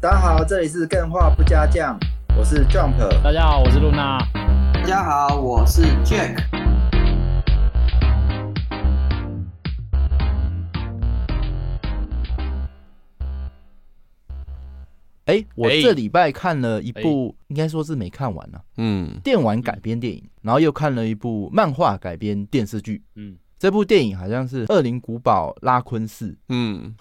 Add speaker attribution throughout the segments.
Speaker 1: 大家好，这里是更画不加酱，我是 Jump。
Speaker 2: 大家好，我是露娜。
Speaker 3: 大家好，我是 Jack。
Speaker 4: 哎、我
Speaker 5: 哎
Speaker 4: 这礼拜看了一部，应该说是没看完啊，
Speaker 5: 嗯，
Speaker 4: 电玩改编电影，然后又看了一部漫画改编电视剧。
Speaker 2: 嗯，
Speaker 4: 这部电影好像是《恶灵古堡拉昆市》。
Speaker 5: 嗯，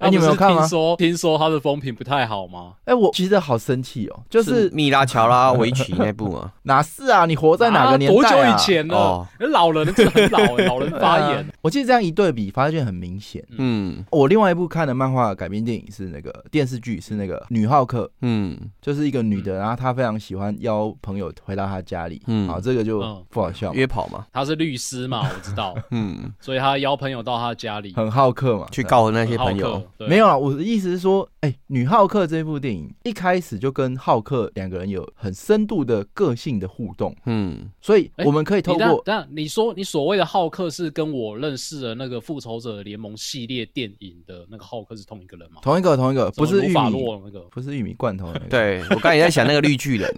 Speaker 4: 哎、你们有看
Speaker 2: 啊不
Speaker 4: 吗
Speaker 2: 是听？说听说他的风评不太好吗？
Speaker 4: 哎、我觉得好生气哦，就是
Speaker 5: 密拉乔拉维奇那部嘛。
Speaker 4: 哪是啊？你活在哪个年
Speaker 2: 啊
Speaker 4: 代、啊
Speaker 2: 多久以前了
Speaker 5: 哦？
Speaker 2: 老人真的很老，老人发言
Speaker 4: 啊。我记得这样一对比，发现很明显。
Speaker 5: 嗯
Speaker 4: 我另外一部看的漫画改编电影是那个电视剧，是那个《女浩克》，
Speaker 5: 嗯
Speaker 4: 就是一个女的，然后她非常喜欢邀朋友回到她家里。
Speaker 5: 嗯
Speaker 4: 好，这个就
Speaker 2: 嗯
Speaker 4: 不好笑嘛，
Speaker 5: 约跑嘛。
Speaker 2: 他是律师嘛，我知道，
Speaker 5: 嗯，
Speaker 2: 所以他邀朋友到他家里
Speaker 4: 很好客嘛，嗯
Speaker 5: 去
Speaker 4: 对
Speaker 5: 告那些
Speaker 2: 很
Speaker 5: 朋
Speaker 2: 好
Speaker 5: 友。
Speaker 2: 客对
Speaker 4: 没有啊，我的意思是说，哎、女浩克》这部电影一开始就跟浩克两个人有很深度的个性的互动，
Speaker 5: 嗯
Speaker 4: 所以
Speaker 2: 哎
Speaker 4: 我们可以透
Speaker 2: 你但
Speaker 4: 过
Speaker 2: 但你说你所谓的浩克是跟我认识的那个复仇者联盟系列电影的那个浩克是同一个人吗？
Speaker 4: 同一个同一个，不
Speaker 2: 什么
Speaker 4: 是玉
Speaker 2: 卢法
Speaker 4: 米，
Speaker 2: 洛那个，
Speaker 4: 不是玉米罐头的那个，，
Speaker 5: 对我刚才也在想那个绿巨人。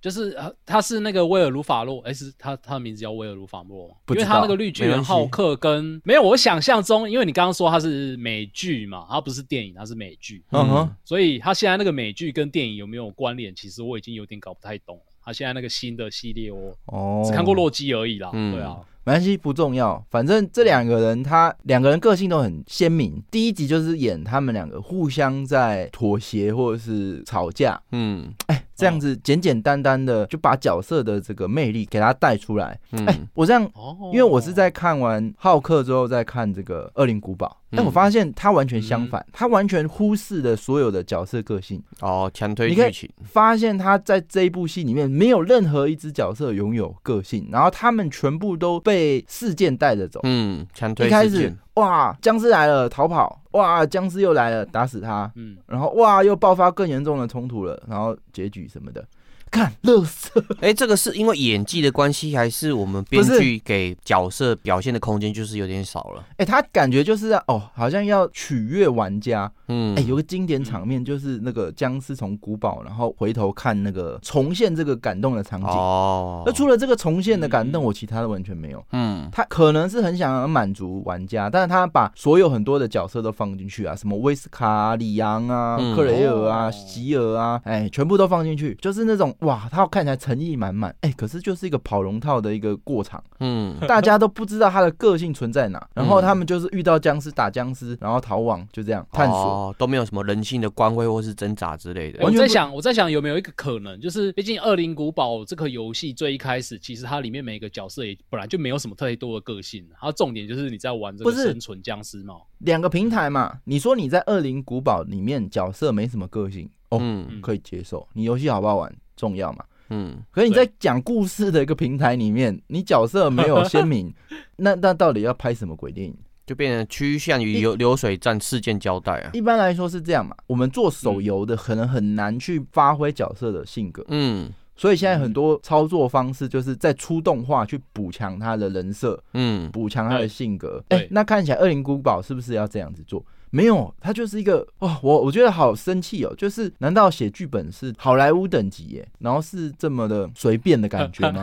Speaker 2: 就是呃他是那个威尔卢法洛，哎、是他他的名字叫威尔卢法洛吗？
Speaker 4: 不
Speaker 2: 因
Speaker 4: 知
Speaker 2: 为
Speaker 4: 道
Speaker 2: 他那个绿巨
Speaker 5: 没
Speaker 2: 人
Speaker 5: 关系
Speaker 2: 浩克跟没有我想象中，因为你刚刚说他是美剧嘛，他不是电影，他是美剧，
Speaker 4: 嗯哼
Speaker 5: 嗯，
Speaker 2: 所以他现在那个美剧跟电影有没有关联，其实我已经有点搞不太懂了。他现在那个新的系列我
Speaker 4: 哦，
Speaker 2: 只看过，洛基而已啦，
Speaker 5: 嗯
Speaker 2: 对啊，
Speaker 4: 没关系，不重要，反正这两个人他两个人个性都很鲜明，第一集就是演他们两个互相在妥协或者是吵架，
Speaker 5: 嗯
Speaker 4: 哎，这样子简简单单的就把角色的这个魅力给他带出来，哎
Speaker 5: 嗯，
Speaker 4: 我这样
Speaker 2: 哦，
Speaker 4: 因为我是在看完《浩克》之后再看这个《恶灵古堡》，但我
Speaker 5: 嗯
Speaker 4: 发现它完全相反，它完全忽视了所有的角色个性。
Speaker 5: 哦，强推
Speaker 4: 你可以
Speaker 5: 剧情。
Speaker 4: 发现他在这一部戏里面没有任何一只角色拥有个性，然后他们全部都被事件带着走。
Speaker 5: 嗯，强推
Speaker 4: 一开
Speaker 5: 事
Speaker 4: 始
Speaker 5: 件。
Speaker 4: 哇，僵尸来了，逃跑；哇，僵尸又来了，打死他。
Speaker 2: 嗯，
Speaker 4: 然后哇，又爆发更严重的冲突了，然后结局什么的，看乐 色。
Speaker 5: 哎，这个是因为演技的关系，还是我们编
Speaker 4: 不是
Speaker 5: 剧给角色表现的空间就是有点少了？
Speaker 4: 哎、他感觉就是要哦，好像要取悦玩家，
Speaker 5: 嗯
Speaker 4: 哎、，有个经典场面就是那个僵尸从古堡，然后回头看那个重现这个感动的场景。
Speaker 5: 哦
Speaker 4: 那除了这个重现的感
Speaker 2: 嗯
Speaker 4: 动，我其他的完全没有。
Speaker 5: 嗯
Speaker 4: 他可能是很想要满足玩家，但是他把所有很多的角色都放进去啊，什么威斯卡啊、里昂啊、
Speaker 5: 嗯
Speaker 4: 克雷尔啊、
Speaker 2: 哦
Speaker 4: 吉尔啊，哎、全部都放进去，就是那种哇，他看起来诚意满满，哎、可是就是一个跑龙套的一个过场。
Speaker 5: 嗯
Speaker 4: 大家都不知道他的个性存在哪，然后他们就是遇到僵尸打僵尸，然后逃亡，就这样探索。
Speaker 5: 哦都没有什么人性的光辉或是挣扎之类
Speaker 2: 欸
Speaker 5: 的
Speaker 4: 完。
Speaker 2: 我
Speaker 4: 全
Speaker 2: 在
Speaker 4: 不
Speaker 2: 想，我在想有没有一个可能，就是毕竟《恶灵古堡》这个游戏最一开始，其实它里面每个角色也本来就没有什么特别多的个性，它重点就是你在玩这个
Speaker 4: 不是
Speaker 2: 生存僵尸嘛。
Speaker 4: 两个平台嘛，你说你在《恶灵古堡》里面角色没什么个性，哦，
Speaker 5: 嗯
Speaker 4: 可以接受，你游戏好不好玩重要嘛？
Speaker 5: 嗯
Speaker 4: 可是你在讲故事的一个平台里面，你角色没有鲜 明，那那到底要拍什么鬼电影？
Speaker 5: 就变成趋向于流流水站事件交代啊。
Speaker 4: 一般来说是这样嘛，我们做手游的可能很难去发挥角色的性格，
Speaker 5: 嗯
Speaker 4: 所以现在很多操作方式就是在出动画去补强他的人设，
Speaker 5: 嗯
Speaker 4: 补强他的性格。
Speaker 2: 对
Speaker 4: 哎、
Speaker 2: 对
Speaker 4: 那看起来《恶灵古堡》是不是要这样子做？没有，他就是一个哇，我我觉得好生气哦！就是难道写剧本是好莱坞等级耶？然后是这么的随便的感觉 吗？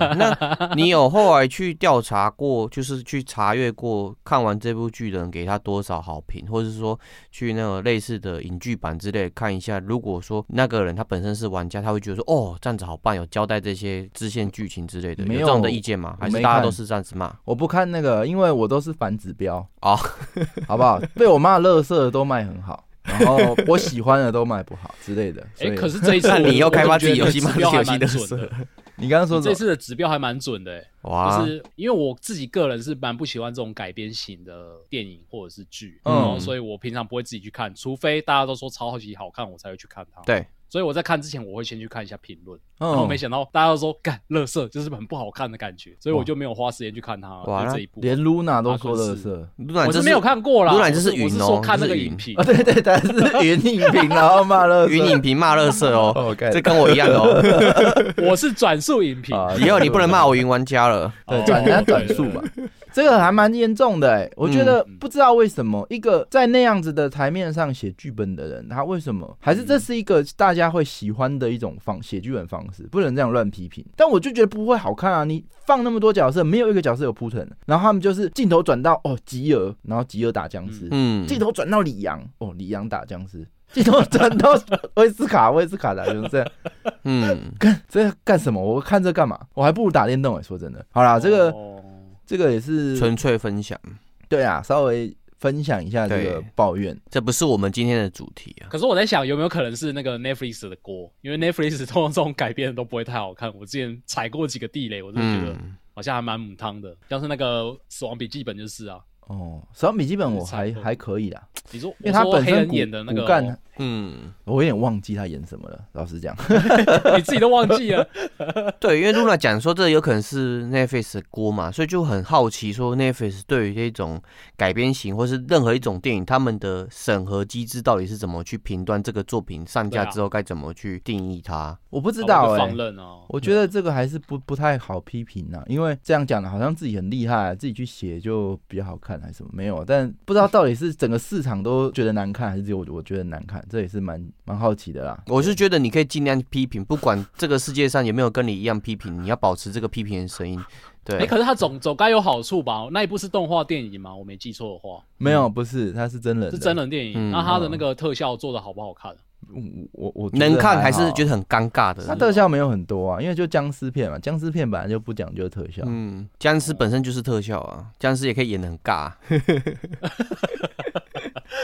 Speaker 5: 你有后来去调查过，就是去查阅过，看完这部剧的人给他多少好评，或者是说去那个类似的影剧版之类看一下。如果说那个人他本身是玩家，他会觉得说，哦，这样子好棒，有交代这些支线剧情之类的，
Speaker 4: 没
Speaker 5: 有
Speaker 4: 有
Speaker 5: 这种的意见吗？还
Speaker 4: 我
Speaker 5: 是
Speaker 4: 没
Speaker 5: 大家
Speaker 4: 看
Speaker 5: 都是这样子骂？
Speaker 4: 我不看那个，因为我都是反指标
Speaker 5: 哦
Speaker 4: 好不好？被我骂乐色的都卖很好，然后我喜欢的都卖不好之类的。所
Speaker 2: 哎、
Speaker 4: 以
Speaker 2: 可是这 一次
Speaker 5: 那
Speaker 2: 我
Speaker 5: 你又开发自己游
Speaker 2: 我
Speaker 5: 戏
Speaker 2: 觉得
Speaker 5: 吗？
Speaker 2: 指标还
Speaker 5: 游戏
Speaker 2: 蛮
Speaker 5: 的
Speaker 2: 准
Speaker 5: 色
Speaker 2: 的，
Speaker 4: 你刚刚说什
Speaker 2: 这
Speaker 4: 么？
Speaker 2: 次的指标还蛮准的、欸。
Speaker 5: 哇，
Speaker 2: 就是因为我自己个人是蛮不喜欢这种改编型的电影或者是剧，
Speaker 4: 嗯
Speaker 2: 然后所以我平常不会自己去看，除非大家都说超级好看，我才会去看它。
Speaker 5: 对，
Speaker 2: 所以我在看之前，我会先去看一下评论，
Speaker 4: 嗯
Speaker 2: 然后没想到大家都说干乐色，就是很不好看的感觉，所以我就没有花时间去看它了。
Speaker 5: 哇
Speaker 2: 就
Speaker 5: 那
Speaker 2: 这一部，
Speaker 4: 连 Luna 都说乐色。
Speaker 5: 露娜
Speaker 2: 我
Speaker 5: 这
Speaker 2: 是没有看过啦。
Speaker 5: 如然这是
Speaker 2: 我是
Speaker 5: 云
Speaker 2: 我
Speaker 5: 哦
Speaker 2: 是说看那个
Speaker 5: 这是云
Speaker 2: 影 评
Speaker 4: 啊，，对对，但是云影评，然后骂 乐色。
Speaker 5: 云影评骂乐色哦，
Speaker 4: 哦，干
Speaker 5: 这跟我一样哦。
Speaker 2: 我是转述影评。
Speaker 4: 啊
Speaker 5: 以后你不能骂我云玩家了。
Speaker 4: 对，转人家转述嘛。哦 这个还蛮严重的哎、我觉得
Speaker 2: 嗯
Speaker 4: 不知道为什么一个在那样子的台面上写剧本的人，他为什么还是这是一个大家会喜欢的一种方写剧本方式，不能这样乱批评。但我就觉得不会好看啊！你放那么多角色，没有一个角色有铺陈，啊然后他们就是镜头转到哦吉尔，然后吉尔打僵尸，
Speaker 5: 嗯，
Speaker 4: 镜头转到里昂，哦里昂打僵尸，镜头转到威斯卡，哦威斯卡打僵尸。
Speaker 5: 嗯，
Speaker 4: 这干什么？我看这干嘛？我还不如打电动哎、说真的，好啦，这个、
Speaker 2: 哦
Speaker 4: 这个也是
Speaker 5: 纯粹分享，
Speaker 4: 对啊，稍微分享一下这个
Speaker 5: 对
Speaker 4: 抱怨。
Speaker 5: 这不是我们今天的主题啊。
Speaker 2: 可是我在想，有没有可能是那个 Netflix 的锅？因为 Netflix 通常这种改编的都不会太好看。我之前踩过几个地雷，我真的觉得
Speaker 5: 嗯，
Speaker 2: 好像还蛮母汤的，像是那个《死亡笔记本》就是啊。
Speaker 4: 哦，《死亡笔记本》我还
Speaker 2: 差不多
Speaker 4: 还可以啦，
Speaker 2: 你说，因
Speaker 4: 因为他本
Speaker 2: 黑
Speaker 4: 身
Speaker 2: 人
Speaker 4: 骨
Speaker 2: 演的那个
Speaker 4: 骨干，
Speaker 2: 哦，
Speaker 5: 嗯，
Speaker 4: 我有点忘记他演什么了。老实 讲，
Speaker 2: 哦你自己都忘记了。
Speaker 5: 对，因为露娜讲说这有可能是 Netflix 的锅嘛，所以就很好奇说 Netflix 对于这种改编型或是任何一种电影，他们的审核机制到底是怎么去评断这个作品上架
Speaker 2: 对啊
Speaker 5: 之后该怎么去定义它？
Speaker 4: 我 不知
Speaker 2: 哦
Speaker 4: 道
Speaker 2: 我就
Speaker 4: 哎、
Speaker 2: 放任哦。
Speaker 4: 我觉得这个还是不不太好批评呐、因为这样讲的好像自己很厉害，啊自己去写就比较好看还是什么没有，啊但不知道到底是整个市场都觉得难看，还是只有我我觉得难看，这也是蛮蛮好奇的啦。
Speaker 5: 我是觉得你可以尽量批评，不管这个世界上有没有跟你一样批评，你要保持这个批评的声音。
Speaker 2: 哎、
Speaker 5: 对，
Speaker 2: 可是他总总该有好处吧？那一部是动画电影吗？我没记错的话，
Speaker 4: 没有，不是，他嗯是真人，
Speaker 2: 是真。人电影。
Speaker 5: 嗯
Speaker 2: 那他的那个特效做的好不好看？
Speaker 4: 我我我觉得
Speaker 5: 能看还是
Speaker 4: 好啊
Speaker 5: 觉得很尴尬的
Speaker 4: 它。特效没有很多啊，因为就僵尸片嘛，僵尸片本来就不讲究特效。
Speaker 5: 嗯，僵尸本身就是特效啊，僵尸也可以演得很尬。啊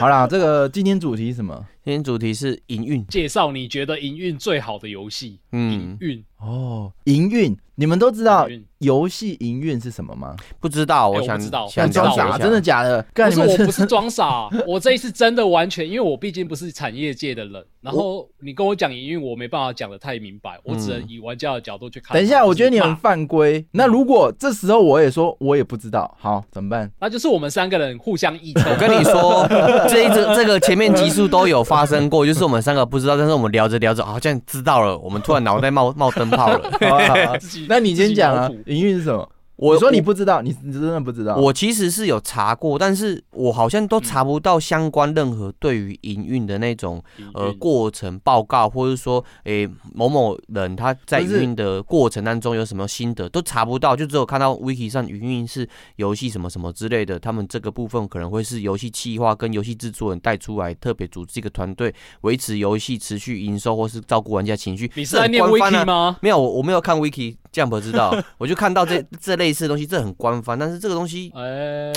Speaker 4: 好啦，这个今天主题是什么？
Speaker 5: 今天主题是营运，
Speaker 2: 介绍你觉得营运最好的游戏，营
Speaker 5: 嗯，
Speaker 2: 运
Speaker 4: 哦，营运，你们都知道
Speaker 2: 营运
Speaker 4: 游戏营运是什么吗？
Speaker 5: 不知道，
Speaker 2: 哎
Speaker 5: 我
Speaker 2: 我
Speaker 5: 想
Speaker 2: 不知道
Speaker 5: 想
Speaker 2: 我不知
Speaker 5: 了
Speaker 2: 道
Speaker 5: 解一下，
Speaker 4: 真的假的？干
Speaker 2: 不
Speaker 4: 你
Speaker 2: 是
Speaker 4: 们
Speaker 2: 我
Speaker 4: 是
Speaker 2: 不 是装 傻，啊我这一次真的完全，因为我毕竟不是产业界的人。然后你跟我讲营运，我没办法讲的太明白，我只
Speaker 5: 嗯
Speaker 2: 能以玩家的角度去看它。
Speaker 4: 等一下，
Speaker 2: 就是
Speaker 4: 我觉得你们
Speaker 2: 骂
Speaker 4: 犯规。那如果这时候我也说我也不知道，好怎 么办？
Speaker 2: 那就是我们三个人互相臆测。
Speaker 5: 我跟你说，这一这这个前面集数都有发生过，就是我们三个不知道，但是我们聊着聊着好像知道了，我们突然脑袋冒冒灯泡了。
Speaker 4: 好啊好啊
Speaker 2: 自己
Speaker 4: 那你先讲啊
Speaker 2: 自己脑，补
Speaker 4: 营运是什么？
Speaker 5: 我
Speaker 4: 你说你不知道，你你真的不知道？
Speaker 5: 我其实是有查过，但是我好像都查不到相关任何对于营运的那种
Speaker 2: 营运
Speaker 5: 呃过程报告，或者说诶、某某人他在
Speaker 4: 不
Speaker 5: 营
Speaker 4: 是
Speaker 5: 运的过程当中有什么心得，都查不到，就只有看到 wiki 上营运是游戏什么什么之类的，他们这个部分可能会是游戏企划跟游戏制作人带出来，特别组织一个团队维持游戏持续营收或是照顾玩家情绪。
Speaker 2: 你是
Speaker 5: 这
Speaker 2: 在
Speaker 5: 很
Speaker 2: 念
Speaker 5: 官方啊
Speaker 2: Wiki 吗？
Speaker 5: 没有，我我没有看 wiki jump 知道，我就看到这 这类似的东西，这很官方，但是这个东西
Speaker 2: 呃、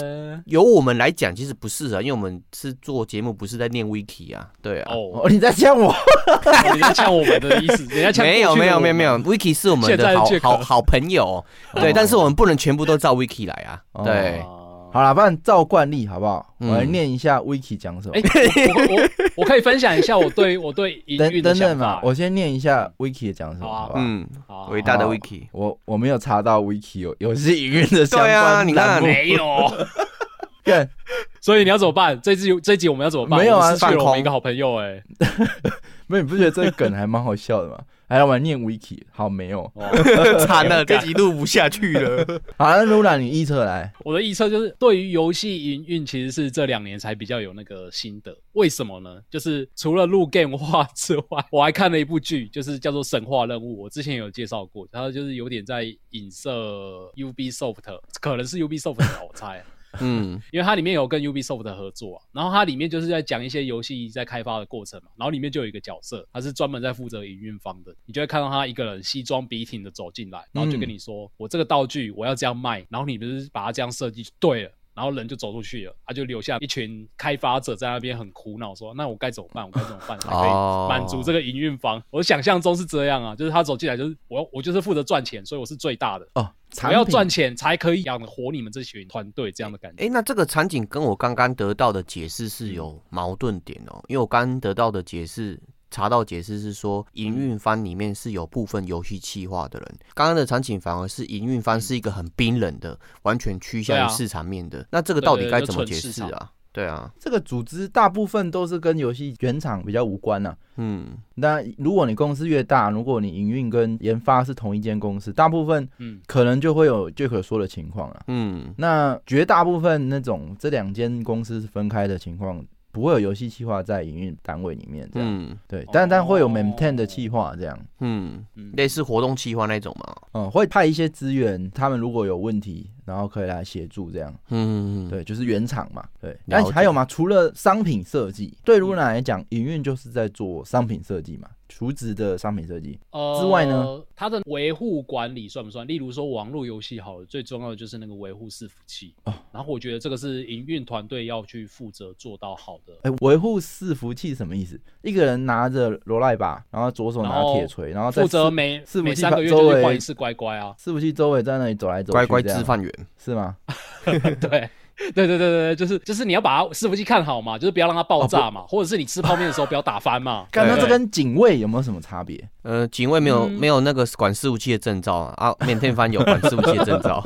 Speaker 5: 由我们来讲，其实不是啊，因为我们是做节目，不是在念 wiki 啊，对啊，
Speaker 2: 哦，
Speaker 4: 哦，你在呛我？
Speaker 2: 人家哦呛我们的意思，人家呛
Speaker 5: 没有
Speaker 2: 过去的
Speaker 5: 没有
Speaker 2: 我
Speaker 5: 没有
Speaker 2: 们哦
Speaker 5: 没有，wiki 是我们
Speaker 2: 现在
Speaker 5: 的
Speaker 2: 的
Speaker 5: 好
Speaker 2: Jack
Speaker 5: 好好朋 友，对，但是我们不能全部都照 wiki 来啊，
Speaker 4: 哦
Speaker 5: 对，
Speaker 2: 啊
Speaker 4: 好啦，不然照惯例好不好？我
Speaker 5: 嗯
Speaker 4: 来念一下 Wiki 讲什么
Speaker 2: 哎。我我 我可以分享一下我对我对营
Speaker 4: 等
Speaker 2: 运的
Speaker 4: 等
Speaker 2: 想
Speaker 4: 等
Speaker 2: 法
Speaker 4: 嘛，。我先念一下 Wiki 讲什么，
Speaker 2: 好啊
Speaker 4: 好吧？
Speaker 5: 嗯，
Speaker 2: 好
Speaker 5: 伟大的
Speaker 4: 好
Speaker 5: wiki，
Speaker 4: 我我没有查到 Wiki 有游戏营运的相
Speaker 5: 对啊，
Speaker 4: 关
Speaker 5: 你
Speaker 4: 栏
Speaker 5: 看
Speaker 4: 目，
Speaker 2: 没有，
Speaker 4: 看
Speaker 2: 所以你要怎么办？这集这集我们要怎么办？
Speaker 4: 没有啊
Speaker 2: 我们失去
Speaker 5: 放
Speaker 2: 了
Speaker 5: 空
Speaker 2: 我们一个好朋友哎、
Speaker 4: 没有，你不觉得这个梗还蛮好笑的吗？ 来，我来念 Wiki，好，没有。
Speaker 2: 哇
Speaker 5: 惨了，这集录不下去了，
Speaker 4: 好，那 Luna 你预测来，
Speaker 2: 我的预测就是，对于游戏营运，其实是这两年才比较有那个心得。为什么呢？就是除了录 game 化之外， 我还看了一部剧，就是叫做《神话任务》。我之前有介绍过，它就是有点在影射 Ubisoft，可能是 Ubisoft 吧我猜。
Speaker 5: 嗯
Speaker 2: 因为它里面有跟 Ubisoft 的合作啊、然后它里面就是在讲一些游戏在开发的过程嘛，然后里面就有一个角色，他是专门在负责营运方的，你就会看到他一个人西装笔挺的走进来，然后就跟
Speaker 4: 嗯
Speaker 2: 你说、我这个道具我要这样卖，然后你不是把它这样设计就对了。然后人就走出去了，他就留下一群开发者在那边很苦恼，说：“那我该怎么办？我该怎么办才可
Speaker 5: 哦
Speaker 2: 以满足这个营运方？”我想象中是这样啊，就是他走进来就是我要我就是负责赚钱，所以我是最大的，
Speaker 4: 哦，
Speaker 2: 我
Speaker 4: 产
Speaker 2: 要
Speaker 4: 品
Speaker 2: 赚钱才可以养活你们这群团队这样的感觉。
Speaker 5: 哎、那这个场景跟我刚刚得到的解释是有矛盾点哦，因为我刚刚得到的解释。查到解释是说，营运方里面是有部分游戏企划的人。刚刚的场景反而是营运方是一个很冰冷的，完全趋向
Speaker 2: 对啊
Speaker 5: 于市场面的。那这个到底该怎么解释
Speaker 2: 对
Speaker 5: 啊？对啊，
Speaker 4: 这个组织大部分都是跟游戏原厂比较无关呐、
Speaker 5: 嗯，
Speaker 4: 那如果你公司越大，如果你营运跟研发是同一间公司，大部分
Speaker 2: 嗯，
Speaker 4: 可能就会有 Jack 说的情况啊。
Speaker 5: 嗯，
Speaker 4: 那绝大部分那种这两间公司是分开的情况，不会有游戏企划在营运单位里面这样。
Speaker 5: 嗯，
Speaker 4: 对，但但会有
Speaker 2: 哦
Speaker 4: maintain 的企划这样。
Speaker 5: 嗯，
Speaker 2: 嗯
Speaker 5: 类似活动计划那种嘛，
Speaker 4: 嗯，会派一些资源，他们如果有问题，然后可以来协助这样。
Speaker 5: 嗯，，
Speaker 4: 对，就是原厂嘛。对，
Speaker 5: 了
Speaker 4: 但
Speaker 5: 解
Speaker 4: 还有嘛，除了商品设计，对卢娜来讲，营运就是在做商品设计嘛，厨子的商品设计。
Speaker 2: 呃
Speaker 4: 之外呢，
Speaker 2: 它的维护管理算不算？例如说网络游戏好了，最重要的就是那个维护伺服器。
Speaker 4: 哦
Speaker 2: 然后我觉得这个是营运团队要去负责做到好的。
Speaker 4: 哎，维护伺服器什么意思？一个人拿着罗赖把，然后左手拿
Speaker 2: 然后
Speaker 4: 铁锤，然后在
Speaker 2: 负责
Speaker 4: 伺
Speaker 2: 每
Speaker 4: 伺服
Speaker 2: 每
Speaker 4: 器
Speaker 2: 三
Speaker 4: 把
Speaker 2: 个月
Speaker 4: 周
Speaker 2: 就是
Speaker 4: 围
Speaker 2: 换一次乖乖 啊，
Speaker 4: 伺服器周围在那里走来走去这
Speaker 5: 乖
Speaker 4: 样，
Speaker 5: 乖吃饭啊员，
Speaker 4: 是吗？
Speaker 2: 对。对对对对对，就是就是你要把它伺服器看好嘛，就是不要让它爆炸嘛，或者是你吃泡面的时候不要打翻 嘛。
Speaker 4: 干，那
Speaker 2: 对
Speaker 4: 这跟警卫有没有什么差别？
Speaker 5: 呃，警卫没有
Speaker 2: 嗯
Speaker 5: 没有那个管事务器的证照啊，啊， 缅甸翻有管事务器的证照，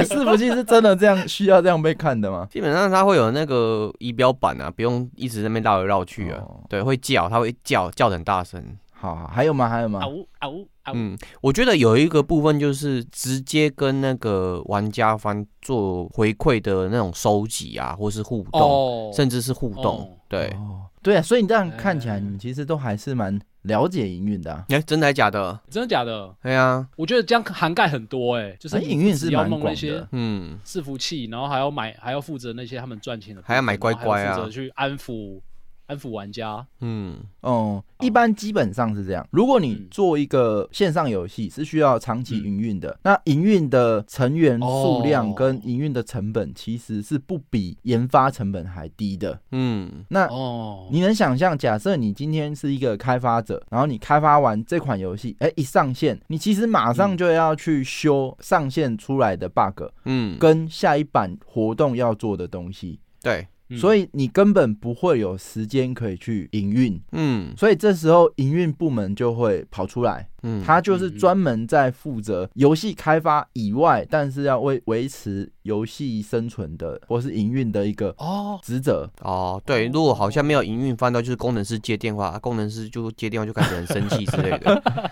Speaker 4: 伺服器是真的这样需要这样被看的吗？
Speaker 5: 基本上它会有那个仪表板啊，不用一直在那边绕来绕去啊，
Speaker 4: 哦
Speaker 5: 对，会叫，它会叫叫得很大声。
Speaker 4: 好，好还有吗？还有吗
Speaker 2: 啊？呜啊呜啊呜，
Speaker 5: 嗯，我觉得有一个部分就是直接跟那个玩家方做回馈的那种收集啊，或是互动，
Speaker 2: 哦，
Speaker 5: 甚至是互动，
Speaker 2: 哦
Speaker 5: 对。
Speaker 4: 哦，对啊，所以你这样看起来，
Speaker 2: 哎
Speaker 4: 你们其实都还是蛮了解营运的啊。
Speaker 5: 哎、真的还假的？
Speaker 2: 真的假的？
Speaker 5: 对啊，
Speaker 2: 我觉得这样涵盖很多哎、就是
Speaker 4: 哎
Speaker 2: 你
Speaker 4: 营运
Speaker 2: 不只
Speaker 4: 是
Speaker 2: 要
Speaker 4: 蛮
Speaker 2: 弄
Speaker 4: 广
Speaker 2: 那些
Speaker 4: 的，哦
Speaker 5: 嗯，
Speaker 2: 伺服器，然后还要买，还要负责那些他们赚钱的部分，
Speaker 5: 还要买乖乖啊
Speaker 2: 然后还要负责去安抚安抚玩家。
Speaker 5: 嗯
Speaker 4: 哦，一般基本上是这样。如果你
Speaker 2: 嗯
Speaker 4: 做一个线上游戏，是需要长期营运的，那营运的成员数量
Speaker 2: 哦
Speaker 4: 跟营运的成本其实是不比研发成本还低的。
Speaker 5: 嗯
Speaker 4: 那
Speaker 2: 哦，
Speaker 4: 你能想象，假设你今天是一个开发者，然后你开发完这款游戏，哎，一上线，你其实马
Speaker 2: 嗯
Speaker 4: 上就要去修上线出来的 bug，
Speaker 5: 嗯，
Speaker 4: 跟下一版活动要做的东西，
Speaker 5: 对，
Speaker 2: 嗯
Speaker 4: 所以你根本不会有时间可以去营运。
Speaker 5: 嗯
Speaker 4: 所以这时候营运部门就会跑出来，
Speaker 5: 嗯，
Speaker 4: 他就是专门在负责游戏开发以外，但是要为维持游戏生存的或是营运的一个
Speaker 2: 哦，
Speaker 4: 职责。
Speaker 5: 哦，对，如果好像没有营运翻到，就是工程师接电话，啊工程师就接电话就开始很生气之类的。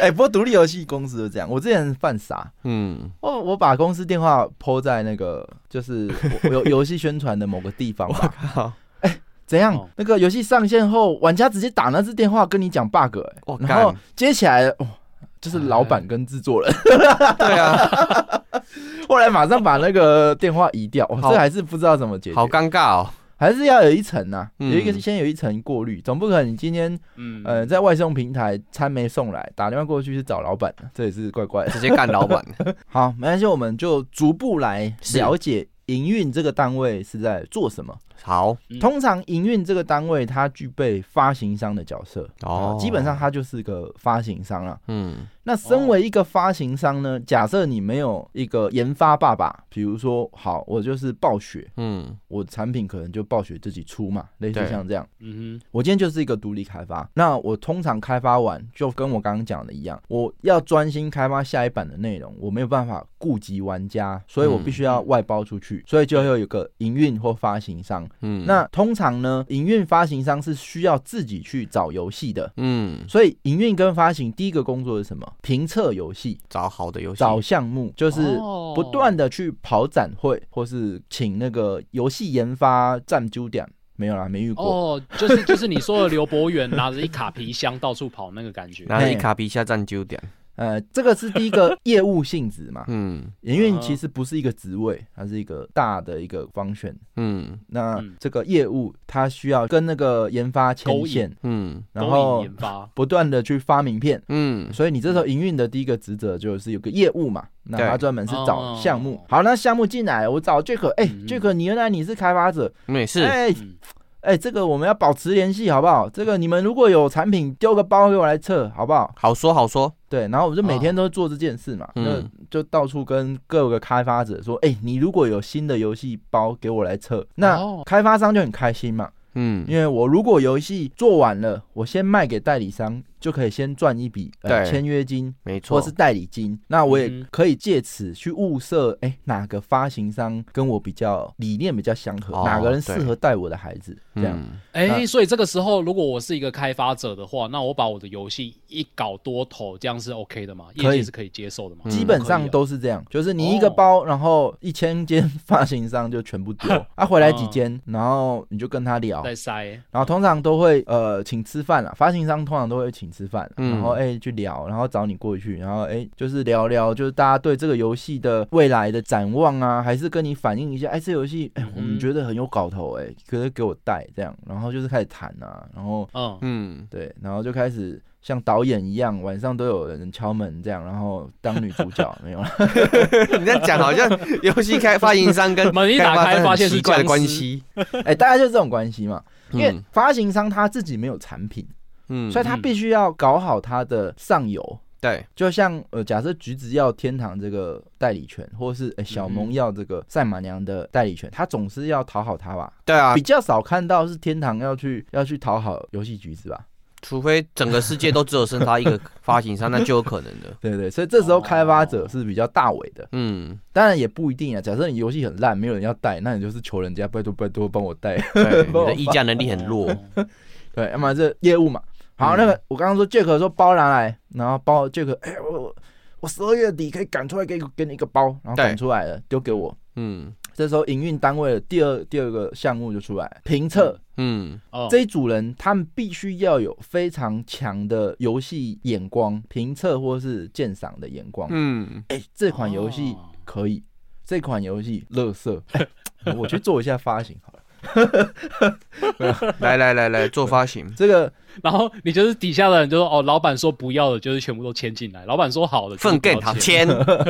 Speaker 4: 哎、不过独立游戏公司就这样，我之前犯傻，
Speaker 5: 嗯，
Speaker 4: 我哦我把公司电话抛在那个就是我我 游游戏宣传的某个地方吧。哎
Speaker 5: 靠，
Speaker 4: 怎样？
Speaker 2: 哦
Speaker 4: 那个游戏上线后，玩家直接打那只电话跟你讲 bug，、欸
Speaker 5: 我
Speaker 4: 然后
Speaker 5: 哦干
Speaker 4: 接起来，哦，就是老板跟制作人。
Speaker 5: 对啊，
Speaker 4: 后来马上把那个电话移掉，哦、
Speaker 5: 好
Speaker 4: 这还是不知道怎么解决，
Speaker 5: 好尴尬哦。
Speaker 4: 还是要有一层呐、
Speaker 5: 嗯
Speaker 4: 有一个先有一层过滤，总不可能你今天
Speaker 2: 嗯
Speaker 4: 呃在外送平台餐没送来，打电话过去是找老板，这也是怪怪的。
Speaker 5: 直接干老板，
Speaker 4: 好，没关系，我们就逐步来
Speaker 5: 是
Speaker 4: 了解营运这个单位是在做什么。
Speaker 5: 好
Speaker 2: 嗯
Speaker 4: 通常营运这个单位，它具备发行商的角色，
Speaker 5: 哦，
Speaker 4: 基本上它就是个发行商啦。
Speaker 5: 嗯
Speaker 4: 那身为一个发行商呢，假设你没有一个研发爸爸，比如说，好，我就是暴雪，
Speaker 5: 嗯
Speaker 4: 我产品可能就暴雪自己出嘛，类似
Speaker 5: 对
Speaker 4: 像这样。
Speaker 2: 嗯哼，
Speaker 4: 我今天就是一个独立开发，那我通常开发完就跟我刚刚讲的一样，我要专心开发下一版的内容，我没有办法顾及玩家，所以我必须要外包出去，所以就会有一个营运或发行商。
Speaker 5: 嗯，
Speaker 4: 那通常呢，营运发行商是需要自己去找游戏的，
Speaker 5: 嗯
Speaker 4: 所以营运跟发行第一个工作是什么？评测游戏。
Speaker 5: 找好的游戏，
Speaker 4: 找项目，就是
Speaker 2: 哦
Speaker 4: 不断的去跑展会，或是请那个游戏研发站揪点，没有啦，没遇过。
Speaker 2: 哦，就是就是你说的刘伯远拿着一卡皮箱到处跑那个感觉。
Speaker 5: 拿着一
Speaker 4: 嘿
Speaker 5: 卡皮下站九点，
Speaker 4: 呃，这个是第 一个业务性质嘛，
Speaker 5: 嗯
Speaker 4: 营运其实不是一个职位，它是一个大的一个方选。
Speaker 5: 嗯
Speaker 4: 那
Speaker 2: 嗯
Speaker 4: 这个业务它需要跟那个研发牵线，
Speaker 5: 嗯
Speaker 4: 然
Speaker 2: 勾引
Speaker 4: 后
Speaker 2: 研发，
Speaker 4: 不断的去发名片。
Speaker 5: 嗯
Speaker 4: 所以你这时候营运的第一个职责就是有个业务嘛，那
Speaker 5: 对
Speaker 4: 他专门是找项目
Speaker 2: 哦。
Speaker 4: 好，那项目进来，我找 Jack，哎
Speaker 2: 嗯
Speaker 4: ，Jack，你原来你是开发者，
Speaker 5: 嗯，也是，
Speaker 4: 哎，
Speaker 2: 嗯，
Speaker 4: 哎，这个我们要保持联系，好不好？这个你们如果有产品，丢个包给我来测，好不好？
Speaker 5: 好说好说，
Speaker 4: 对，然后我就每天都做这件事嘛，
Speaker 5: 哦嗯
Speaker 4: 那就到处跟各个开发者说，哎、你如果有新的游戏包给我来测，那
Speaker 2: 哦
Speaker 4: 开发商就很开心嘛，
Speaker 5: 嗯
Speaker 4: 因为我如果游戏做完了，我先卖给代理商，就可以先赚一笔呃
Speaker 5: 对
Speaker 4: 签约金，
Speaker 5: 没
Speaker 4: 或
Speaker 5: 错，
Speaker 4: 是代理金，那我也
Speaker 2: 嗯哼
Speaker 4: 可以借此去物色，哎、哪个发行商跟我比较理念比较相合，
Speaker 5: 哦
Speaker 4: 哪个人
Speaker 5: 对
Speaker 4: 适合带我的孩子，这样。
Speaker 5: 嗯
Speaker 2: 哎、
Speaker 4: 那
Speaker 2: 所以这个时候，如果我是一个开发者的话，那我把我的游戏一搞多投，这样是 OK 的吗？业
Speaker 4: 可以
Speaker 2: 界是可以接受的吗？
Speaker 5: 嗯
Speaker 4: 基本上
Speaker 2: 可以啊哦
Speaker 4: 都是这样，就是你一个包，然后一千间发行商就全部丢， 啊，回来几间，
Speaker 2: 嗯
Speaker 4: 然后你就跟他聊，
Speaker 2: 在塞，
Speaker 4: 然后通常都会呃请吃饭啦，发行商通常都会请吃饭，
Speaker 5: 嗯
Speaker 4: 然后哎、去聊，然后找你过去，然后哎、就是聊聊，就是大家对这个游戏的未来的展望啊，还是跟你反映一下，哎、这游戏哎、
Speaker 2: 嗯
Speaker 4: 我们觉得很有搞头哎、可是给我带这样，然后就是开始谈啊，然后
Speaker 2: 嗯，
Speaker 5: 嗯，
Speaker 4: 对，然后就开始像导演一样，晚上都有人敲门这样，然后当女主 角没有啦，
Speaker 5: 你这样讲好像游戏开发行商跟
Speaker 2: 门一打开
Speaker 5: 开发商
Speaker 2: 发
Speaker 5: 很
Speaker 2: 现是
Speaker 5: 奇怪的
Speaker 2: 僵
Speaker 5: 关
Speaker 2: 尸
Speaker 5: 系，
Speaker 4: 哎、大概就是这种关系嘛，因为
Speaker 5: 嗯
Speaker 4: 发行商他自己没有产品，
Speaker 5: 嗯
Speaker 4: 所以他必须要搞好他的上游。
Speaker 5: 对，
Speaker 4: 就像呃，假设橘子要天堂这个代理权，或是、呃小
Speaker 2: 嗯
Speaker 4: 萌要这个赛马娘的代理权，他总是要讨好他吧？
Speaker 5: 对啊
Speaker 4: 比，较少看到是天堂要去要去讨好游戏橘子吧？
Speaker 5: 除非整个世界都只有剩他一 个发行商，那就有可能的。
Speaker 4: 对对，所以这时候开发
Speaker 2: 哦
Speaker 4: 者是比较大尾的，
Speaker 5: 嗯，
Speaker 4: 当然也不一定啊。假设你游戏很烂，没有人要带，那你就是求人家拜托拜托帮我带，
Speaker 5: 对，你
Speaker 4: 帮我
Speaker 5: 的议价能力很 弱。
Speaker 2: 哦
Speaker 4: 对，要么这业务嘛。好，
Speaker 5: 嗯
Speaker 4: 那个我刚刚说 Jack 说包拿来，然后包 Jack，哎、我我十二月底可以赶出来给给你一个包，然后
Speaker 5: 对
Speaker 4: 赶出来了丢给我，
Speaker 5: 嗯
Speaker 4: 这时候营运单位的第二第二个项目就出来评测，
Speaker 5: 嗯，
Speaker 2: 哦，
Speaker 4: 这一组人他们必须要有非常强的游戏眼光，评测或是鉴赏的眼光。
Speaker 5: 嗯，
Speaker 4: 哎、这款游戏
Speaker 2: 哦
Speaker 4: 可以，这款游戏乐色，哎 我去做一下发行好了。
Speaker 5: 来来来来做发 行，
Speaker 4: 这个
Speaker 2: 然后你就是底下的人就说，哦，老板说不要的，就是全部都签进来；老板说好的，就是
Speaker 5: 粪
Speaker 2: 不要
Speaker 5: 便好 签，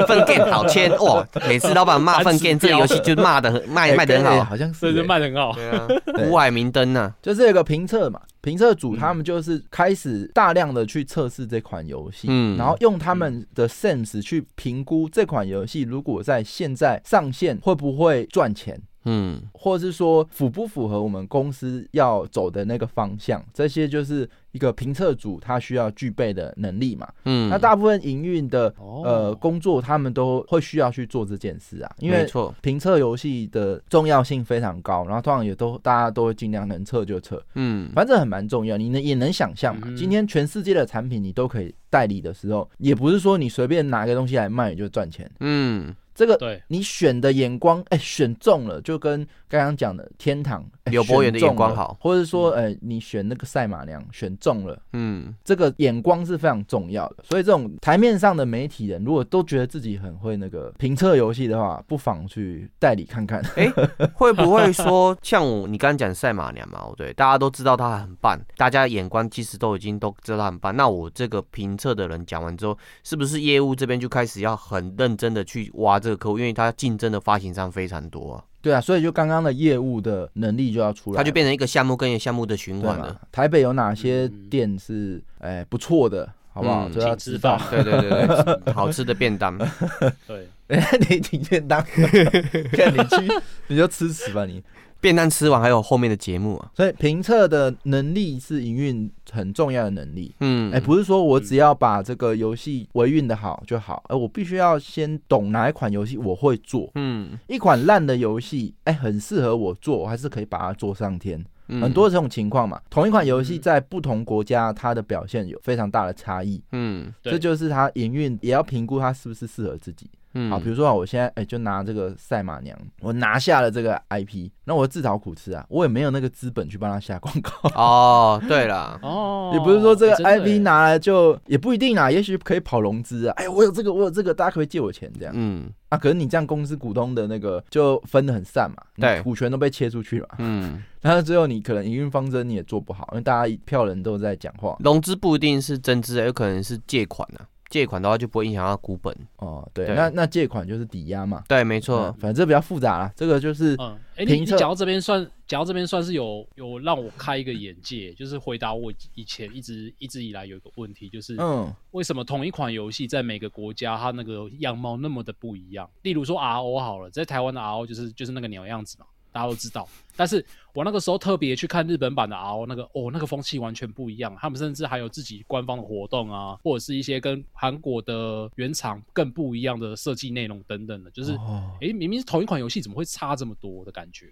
Speaker 5: 粪便好签哇！每次老板骂
Speaker 2: 单
Speaker 5: 粪
Speaker 2: 指
Speaker 5: 便这个
Speaker 2: 标
Speaker 5: 游戏就骂的很卖
Speaker 4: 哎
Speaker 5: 卖的
Speaker 4: 哎
Speaker 5: 很好，啊
Speaker 4: 好像是、
Speaker 2: 所以就
Speaker 4: 哎
Speaker 2: 卖的很好。
Speaker 5: 对啊，
Speaker 4: 对
Speaker 5: 五海明灯啊呐，
Speaker 4: 就是有个评测嘛，评测组
Speaker 2: 嗯
Speaker 4: 他们就是开始大量的去测试这款游戏，
Speaker 5: 嗯
Speaker 4: 然后用他们的 sense 去评估这款游戏如果在现在上线会不会赚钱。
Speaker 5: 嗯
Speaker 4: 或是说符不符合我们公司要走的那个方向，这些就是一个评测组他需要具备的能力嘛。
Speaker 5: 嗯，
Speaker 4: 那大部分营运的
Speaker 2: 哦
Speaker 4: 呃工作，他们都会需要去做这件事啊，因
Speaker 5: 没
Speaker 4: 为
Speaker 5: 错，
Speaker 4: 评测游戏的重要性非常高，然后通常也都大家都会尽量能测就测，
Speaker 5: 嗯
Speaker 4: 反正很蛮重要。你能也能想象嘛
Speaker 2: 嗯，
Speaker 4: 今天全世界的产品你都可以代理的时候，也不是说你随便拿个东西来卖你就赚钱，
Speaker 5: 嗯，
Speaker 4: 这个
Speaker 2: 对，
Speaker 4: 你选的眼光，哎、选中了，就跟刚刚讲的天堂、哎
Speaker 5: 柳博远的眼光
Speaker 4: 选中了
Speaker 5: 好
Speaker 4: 或者说，哎、你选那个赛马娘选中了，
Speaker 5: 嗯
Speaker 4: 这个眼光是非常重要的。所以，这种台面上的媒体人，如果都觉得自己很会那个评测游戏的话，不妨去代理看 看。
Speaker 5: 会不会说像我你刚刚讲赛马娘嘛？对，大家都知道他很棒，大家眼光其实都已经都知道他很棒。那我这个评测的人讲完之后，是不是业务这边就开始要很认真的去挖这个客户？因为他竞争的发行商非常多啊，
Speaker 4: 对啊，所以就刚刚的业务的能力就要出来
Speaker 5: 他
Speaker 4: 了，
Speaker 5: 就变成一个项目跟一个项目的循
Speaker 4: 对
Speaker 5: 环
Speaker 4: 嘛
Speaker 5: 了。？
Speaker 4: 台北有哪些
Speaker 2: 嗯
Speaker 4: 店是哎、不错的，好不好？
Speaker 5: 嗯
Speaker 4: 就要
Speaker 2: 请
Speaker 4: 知
Speaker 2: 吃
Speaker 4: 道
Speaker 2: 饭。。
Speaker 5: 对对对对，好吃的便当，
Speaker 2: 对，
Speaker 4: 你挺便当， 看你去 你就吃屎吧你。
Speaker 5: 便当吃完还有后面的节目啊。
Speaker 4: 所以评测的能力是营运很重要的能力。
Speaker 5: 嗯，
Speaker 4: 哎、不是说我只要把这个游戏维运的好就好，哎、我必须要先懂哪一款游戏我会做。
Speaker 5: 嗯，
Speaker 4: 一款烂的游戏，哎、很适合我做，我还是可以把它做上天。
Speaker 5: 嗯
Speaker 4: 很多，这种情况嘛，同一款游戏
Speaker 2: 嗯
Speaker 4: 在不同国家它的表现有非常大的差异，
Speaker 5: 嗯
Speaker 2: 对
Speaker 4: 这就是它营运也要评估它是不是适合自己。
Speaker 5: 嗯，
Speaker 4: 好，比如说啊我现在哎、就拿这个赛马娘，我拿下了这个 IP，那我自讨苦吃啊，我也没有那个资本去帮他下广告。
Speaker 5: 哦，对了，
Speaker 2: 哦，
Speaker 4: 也不是说这个
Speaker 2: 哎真的
Speaker 4: IP
Speaker 2: 哎
Speaker 4: 拿来就也不一定啊啦，也许可以跑融资啊。哎，我有这个，我有这个，大家可不可以借我钱这样
Speaker 5: 嗯
Speaker 4: 啊。可是你这样公司股东的那个就分得很散嘛，你
Speaker 5: 对
Speaker 4: 股权都被切出去了嘛，
Speaker 5: 嗯，
Speaker 4: 然后最后你可能营运方针你也做不好，因为大家一票人都在讲话
Speaker 5: 融资不一定是增资，有可能是借款啊。借款的话就不会影响到股本。
Speaker 4: 哦。对，
Speaker 5: 对
Speaker 4: 那那借款就是抵押嘛，
Speaker 5: 对，没
Speaker 4: 嗯
Speaker 5: 错，
Speaker 4: 反正这比较复杂啦，这个就是
Speaker 2: 嗯，哎、你你
Speaker 4: 评测
Speaker 2: 讲到这边算，讲到这边算是有有让我开一个眼界，就是回答我以前一直一直以来有一个问题，就是
Speaker 4: 嗯
Speaker 2: 为什么同一款游戏在每个国家它那个样貌那么的不一样？例如说 RO 好了，在台湾的 RO 就是就是那个鸟样子嘛，大家都知道。但是我那个时候特别去看日本版的 RO，那个哦，那个风气完全不一样。他们甚至还有自己官方的活动啊，或者是一些跟韩国的原厂更不一样的设计内容等等的，就是
Speaker 4: 哦
Speaker 2: 诶，明明是同一款游戏，怎么会差这么多的感觉？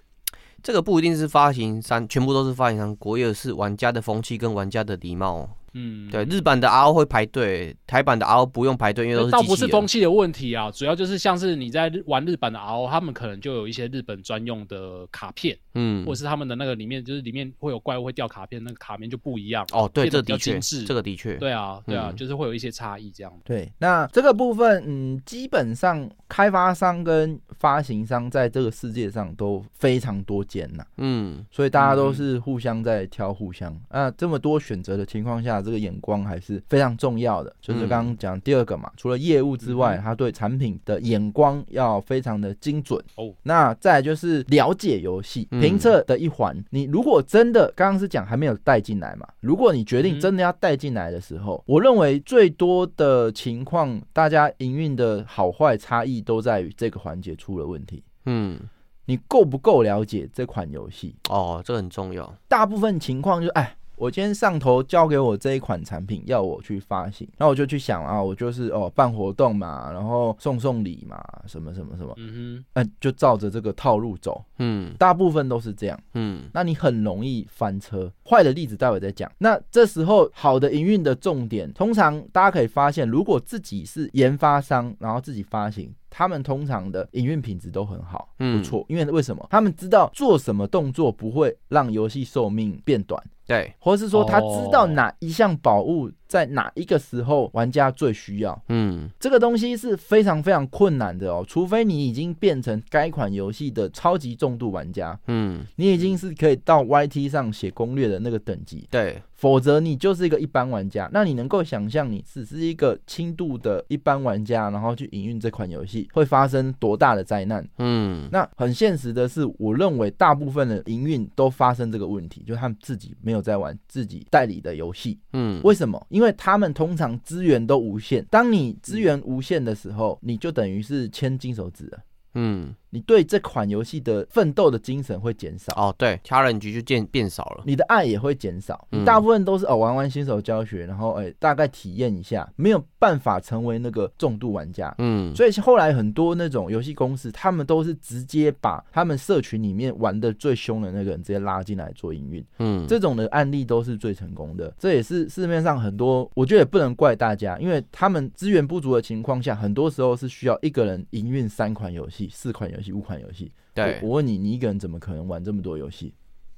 Speaker 5: 这个不一定是发行商，全部都是发行商，国也是玩家的风气跟玩家的礼貌哦。
Speaker 2: 嗯，
Speaker 5: 对，日版的 RO 会排队，台版的 RO 不用排队，因为都是
Speaker 2: 倒
Speaker 5: 机
Speaker 2: 不
Speaker 5: 器
Speaker 2: 是
Speaker 5: 人
Speaker 2: 风气的问题啊，主要就是像是你在日玩日版的 RO，他们可能就有一些日本专用的卡片，
Speaker 5: 嗯
Speaker 2: 或者是他们的那个里面就是里面会有怪物会掉卡片，那个卡片就不一样。
Speaker 5: 哦，对，
Speaker 2: 变
Speaker 5: 这
Speaker 2: 得比较
Speaker 5: 的确，
Speaker 2: 精致
Speaker 5: 这个的确，
Speaker 2: 对啊，对啊，
Speaker 5: 嗯
Speaker 2: 就是会有一些差异这样。
Speaker 4: 对，那这个部分，嗯，基本上开发商跟发行商在这个世界上都非常多间呐、
Speaker 5: 嗯，
Speaker 4: 所以大家都是互相在挑互相。那、这么多选择的情况下，这个眼光还是非常重要的。就是刚刚讲第二个嘛，除了业务之外，他对产品的眼光要非常的精准。
Speaker 2: 哦，
Speaker 4: 那再来就是了解游戏
Speaker 5: 嗯
Speaker 4: 评测的一环。你如果真的刚刚是讲还没有带进来嘛，如果你
Speaker 2: 嗯
Speaker 4: 决
Speaker 2: 哼
Speaker 4: 定真的要带进来的时候，我认为最多的情况，大家营运的好坏差异都在于这个环节出了问题。
Speaker 5: 嗯，
Speaker 4: 你够不够了解这款游戏？
Speaker 5: 哦，这个很重要，
Speaker 4: 大部分情况就是，哎，我今天上头交给我这一款产品，要我去发行，那我就去想啊，我就是哦办活动嘛，然后送送礼嘛，什么什么什么，
Speaker 2: 嗯
Speaker 4: 嗯、就照着这个套路走，
Speaker 5: 嗯
Speaker 4: 大部分都是这样。
Speaker 5: 嗯
Speaker 4: 那你很容易翻车。坏的例子待会再讲。那这时候好的营运的重点，通常大家可以发现，如果自己是研发商，然后自己发行。他们通常的营运品质都很好，
Speaker 5: 嗯
Speaker 4: 不错，因为为什么？他们知道做什么动作不会让游戏寿命变短，
Speaker 5: 对，
Speaker 4: 或是说他知道
Speaker 2: 哦
Speaker 4: 哪一项宝物在哪一个时候玩家最需要，
Speaker 5: 嗯
Speaker 4: 这个东西是非常非常困难的哦，除非你已经变成该款游戏的超级重度玩家，
Speaker 5: 嗯，
Speaker 4: 你已经是可以到 YT 上写攻略的那个等级，
Speaker 5: 对，
Speaker 4: 否则你就是一个一般玩家。那你能够想象你只是一个轻度的一般玩家，然后去营运这款游戏会发生多大的灾难？
Speaker 5: 嗯
Speaker 4: 那很现实的是，我认为大部分的营运都发生这个问题，就是他们自己没有在玩自己代理的游戏。
Speaker 5: 嗯，
Speaker 4: 为什么？因为他们通常资源都无限，当你资源无限的时候，你就等于是牵金手指了。
Speaker 5: 嗯，
Speaker 4: 你对这款游戏的奋斗的精神会减少，
Speaker 5: 哦，对，家人局就变变少了，
Speaker 4: 你的爱也会减少。
Speaker 5: 嗯
Speaker 4: 你大部分都是哦玩玩新手教学，然后哎、大概体验一下，没有办法成为那个重度玩家。
Speaker 5: 嗯，
Speaker 4: 所以后来很多那种游戏公司，他们都是直接把他们社群里面玩的最凶的那个人直接拉进来做营运，
Speaker 5: 嗯，
Speaker 4: 这种的案例都是最成功的。这也是市面上很多，我觉得也不能怪大家，因为他们资源不足的情况下，很多时候是需要一个人营运三款游戏、四款游戏、五款游戏。
Speaker 5: 对
Speaker 4: 我，我问你，你一个人怎么可能玩这么多游戏？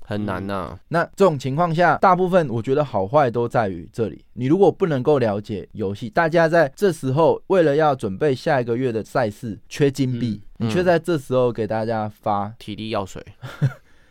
Speaker 5: 很难啊呐，
Speaker 4: 那这种情况下，大部分我觉得好坏都在于这里。你如果不能够了解游戏，大家在这时候为了要准备下一个月的赛事，缺金币，
Speaker 5: 嗯
Speaker 4: 你却在这时候给大家发，
Speaker 5: 体力药水，